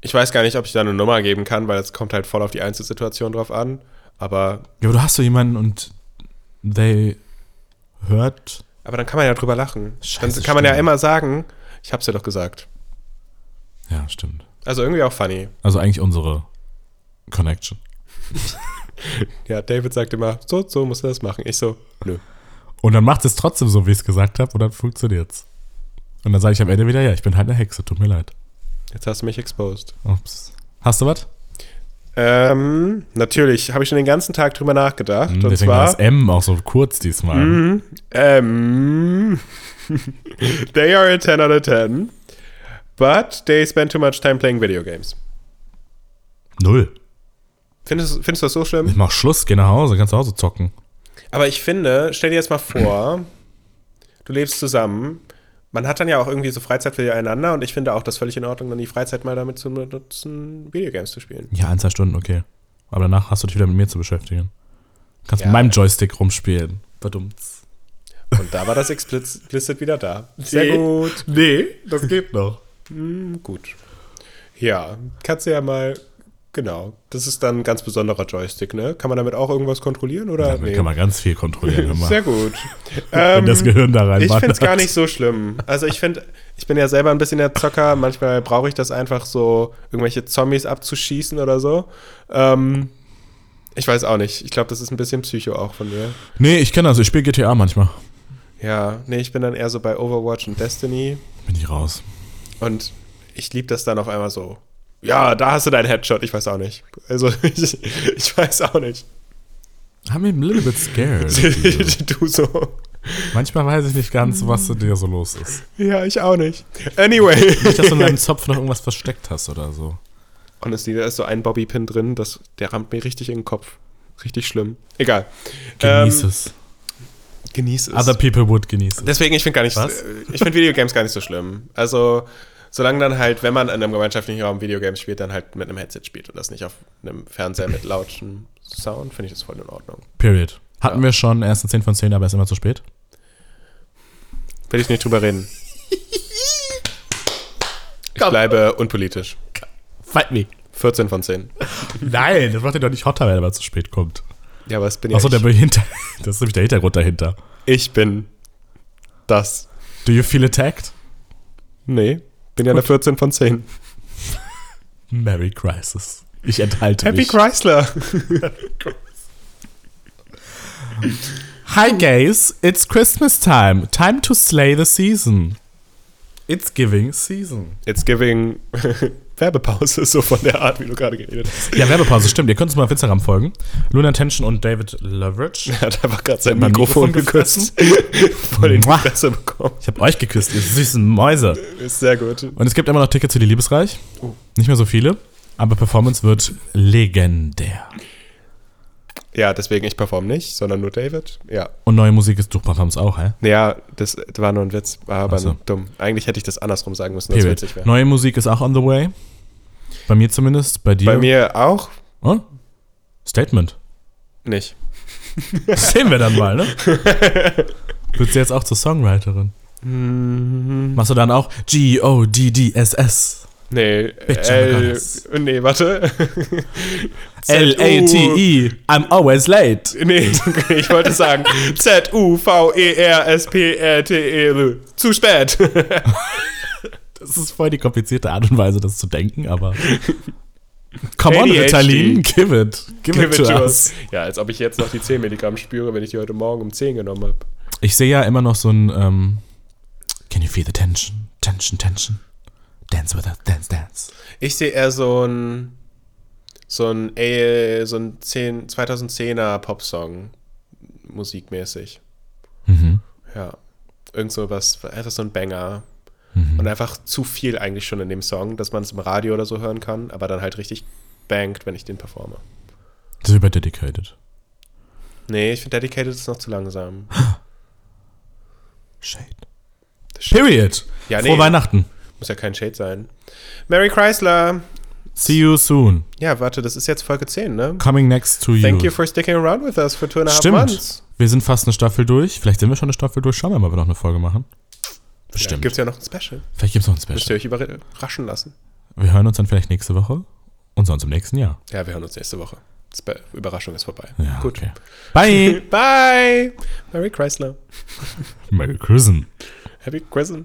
Speaker 2: ich weiß gar nicht, ob ich da eine Nummer geben kann, weil es kommt halt voll auf die Einzelsituation drauf an. Aber,
Speaker 1: Ja, aber du hast so jemanden und they hört.
Speaker 2: aber dann kann man ja drüber lachen. dann
Speaker 1: Scheiße,
Speaker 2: kann man ja
Speaker 1: stimmt.
Speaker 2: immer sagen, ich hab's dir doch gesagt.
Speaker 1: Ja, stimmt.
Speaker 2: Also irgendwie auch funny.
Speaker 1: Also eigentlich unsere Connection.
Speaker 2: Ja, David sagt immer, so, so musst du das machen. Ich so, nö.
Speaker 1: Und dann macht es trotzdem so, wie ich es gesagt habe, und dann funktioniert's. Und dann sage ich am Ende wieder, ja, ich bin halt eine Hexe, tut mir leid.
Speaker 2: Jetzt hast du mich exposed.
Speaker 1: Ups. Hast du was?
Speaker 2: Ähm, natürlich, habe ich schon den ganzen Tag drüber nachgedacht.
Speaker 1: Hm,
Speaker 2: und
Speaker 1: deswegen war das
Speaker 2: zwar.
Speaker 1: M auch so kurz diesmal.
Speaker 2: Mhm. Ähm, <laughs> they are a 10 out of 10, but they spend too much time playing video games.
Speaker 1: Null.
Speaker 2: Findest, findest du das so
Speaker 1: Ich
Speaker 2: schlimm?
Speaker 1: mach Schluss, geh nach Hause, kannst zu Hause zocken.
Speaker 2: Aber ich finde, stell dir jetzt mal vor, du lebst zusammen. Man hat dann ja auch irgendwie so Freizeit füreinander und ich finde auch das völlig in Ordnung, dann die Freizeit mal damit zu nutzen, Videogames zu spielen.
Speaker 1: Ja, ein, zwei Stunden, okay. Aber danach hast du dich wieder mit mir zu beschäftigen. Kannst
Speaker 2: Ja.
Speaker 1: mit meinem Joystick rumspielen. Verdammt.
Speaker 2: Und da war das explicit wieder da. Sehr
Speaker 1: Nee.
Speaker 2: gut.
Speaker 1: Nee, das geht noch.
Speaker 2: Hm, gut. Ja, kannst du ja mal. Genau. Das ist dann ein ganz besonderer Joystick, ne? Kann man damit auch irgendwas kontrollieren oder? Ähm,
Speaker 1: Damit kann man ganz viel kontrollieren, wenn, man,
Speaker 2: Sehr <laughs> gut.
Speaker 1: wenn das Gehirn da rein
Speaker 2: Ich finde es
Speaker 1: wandert.
Speaker 2: gar nicht so schlimm. Also ich finde, ich bin ja selber ein bisschen der Zocker. Manchmal brauche ich das einfach so, irgendwelche Zombies abzuschießen oder so. Ähm, ich weiß auch nicht. Ich glaube, das ist ein bisschen Psycho auch von mir.
Speaker 1: Nee, ich kenne das. Ich spiele GTA manchmal.
Speaker 2: Ja, nee, ich bin dann eher so bei Overwatch und Destiny.
Speaker 1: Bin ich raus.
Speaker 2: Und ich liebe das dann auf einmal so. Ja, da hast du deinen Headshot. Ich weiß auch nicht. Also <laughs> ich, ich weiß auch nicht.
Speaker 1: I'm a little bit
Speaker 2: <laughs>
Speaker 1: scared.
Speaker 2: du so.
Speaker 1: manchmal weiß ich nicht ganz, was in dir so los ist.
Speaker 2: Ja, ich auch nicht. Anyway.
Speaker 1: Nicht, dass du in deinem Zopf noch irgendwas versteckt hast oder so.
Speaker 2: Honestly, da ist so ein Bobby-Pin drin, das, der rammt mir richtig in den Kopf. Richtig schlimm. Egal.
Speaker 1: Genieß
Speaker 2: Ähm,
Speaker 1: es.
Speaker 2: Genieß es.
Speaker 1: Other people would genieß es.
Speaker 2: Deswegen, ich finde gar nicht, äh,
Speaker 1: Was?
Speaker 2: ich finde Videogames gar nicht so schlimm. Also, solange dann halt, wenn man in einem gemeinschaftlichen Raum Videogames spielt, dann halt mit einem Headset spielt und das nicht auf einem Fernseher mit lautem Sound, finde ich das voll in Ordnung.
Speaker 1: Period. Hatten
Speaker 2: Ja.
Speaker 1: wir schon erst eine 10 von 10, aber ist immer zu spät.
Speaker 2: Will ich nicht drüber reden. Ich bleibe unpolitisch.
Speaker 1: Fight me.
Speaker 2: 14 von 10.
Speaker 1: Nein, das macht ihr doch nicht hotter, wenn er mal zu spät kommt.
Speaker 2: Ja, aber es bin ja
Speaker 1: Achso, der
Speaker 2: ich.
Speaker 1: hinter <laughs> das ist nämlich der Hintergrund dahinter.
Speaker 2: Ich bin das.
Speaker 1: Do you feel attacked?
Speaker 2: Nee, bin ja eine 14 von 10.
Speaker 1: Merry Crisis. Ich enthalte
Speaker 2: Happy
Speaker 1: mich.
Speaker 2: Chrysler.
Speaker 1: Hi guys, it's Christmas time. Time to slay the season. It's giving season.
Speaker 2: It's giving <laughs> Werbepause, so von der Art, wie du gerade geredet hast.
Speaker 1: Ja, Werbepause, stimmt. Ihr könnt uns mal auf Instagram folgen. Luna Tension und David Leverage.
Speaker 2: Er hat einfach gerade sein
Speaker 1: Mein
Speaker 2: Mikrofon,
Speaker 1: Mikrofon
Speaker 2: geküsst. <laughs> Voll in die
Speaker 1: Mua.
Speaker 2: Fresse bekommen.
Speaker 1: Ich hab euch geküsst, ihr süßen Mäuse.
Speaker 2: Ist sehr gut.
Speaker 1: Und es gibt immer noch Tickets für die Liebesreich.
Speaker 2: Oh.
Speaker 1: Nicht mehr so viele, aber Performance wird legendär.
Speaker 2: Ja, deswegen, ich performe nicht, sondern nur David. Ja.
Speaker 1: Und neue Musik ist durch Performance auch, hä?
Speaker 2: Ja, das war nur ein Witz, war aber
Speaker 1: Ach so.
Speaker 2: dumm. Eigentlich hätte ich das andersrum sagen müssen, dass es
Speaker 1: Period.
Speaker 2: witzig wäre.
Speaker 1: Neue Musik ist auch on the way. Bei mir zumindest, bei dir.
Speaker 2: Bei mir auch
Speaker 1: Oh? Statement.
Speaker 2: nicht.
Speaker 1: Das sehen wir dann mal, <laughs> ne? Wird sie jetzt auch zur Songwriterin? Machst du dann auch G-O-D-D-S-S?
Speaker 2: Nee,
Speaker 1: Bitch,
Speaker 2: L.
Speaker 1: I'm
Speaker 2: Nee, warte. <laughs>
Speaker 1: L-A-T-E, E. I'm always late.
Speaker 2: Nee, ich wollte sagen E, Z-U-V-E-R-S-P-R-T-E-L. E, Zu spät.
Speaker 1: Das ist voll die komplizierte Art und Weise, das zu denken, <laughs> aber. Come on,
Speaker 2: ADHD.
Speaker 1: Ritalin, give it. Give, it to us.
Speaker 2: Ja, als ob ich jetzt noch die 10 Milligramm spüre, wenn ich die heute Morgen um 10 genommen habe.
Speaker 1: Ich sehe ja immer noch so ein. Ähm, Can you feel the tension? Tension, tension. Dance with us, dance, dance.
Speaker 2: Ich sehe eher so ein so ein, äh, so ein 10, 2010er Popsong musikmäßig.
Speaker 1: Mhm.
Speaker 2: Ja. Irgend so was, einfach so ein Banger. Und einfach zu viel eigentlich schon in dem Song, dass man es im Radio oder so hören kann, aber dann halt richtig bangt, wenn ich den performe.
Speaker 1: Das ist über Dedicated.
Speaker 2: Nee, ich finde Dedicated ist noch zu langsam.
Speaker 1: Shade. Period.
Speaker 2: Ja,
Speaker 1: Frohe
Speaker 2: nee.
Speaker 1: Weihnachten.
Speaker 2: Muss ja kein Shade sein. Mary Chrysler.
Speaker 1: See you soon.
Speaker 2: Ja, warte, das ist jetzt Folge 10, ne?
Speaker 1: Coming next to you.
Speaker 2: Thank you for sticking around with us for two and a half
Speaker 1: Stimmt.
Speaker 2: months.
Speaker 1: wir sind fast eine Staffel durch. Vielleicht sind wir schon eine Staffel durch. Schauen wir mal, ob wir noch eine Folge machen. Bestimmt.
Speaker 2: Vielleicht gibt's ja noch ein Special.
Speaker 1: vielleicht gibt es noch ein
Speaker 2: Müsst
Speaker 1: Special.
Speaker 2: ihr euch überraschen lassen.
Speaker 1: Wir hören uns dann vielleicht nächste Woche und sonst im nächsten Jahr.
Speaker 2: Ja, wir hören uns nächste Woche. Spe Überraschung ist vorbei.
Speaker 1: Ja,
Speaker 2: Gut.
Speaker 1: okay. Bye.
Speaker 2: <laughs> Bye. Merry Chrysler.
Speaker 1: Merry Christmas.
Speaker 2: Happy Christmas.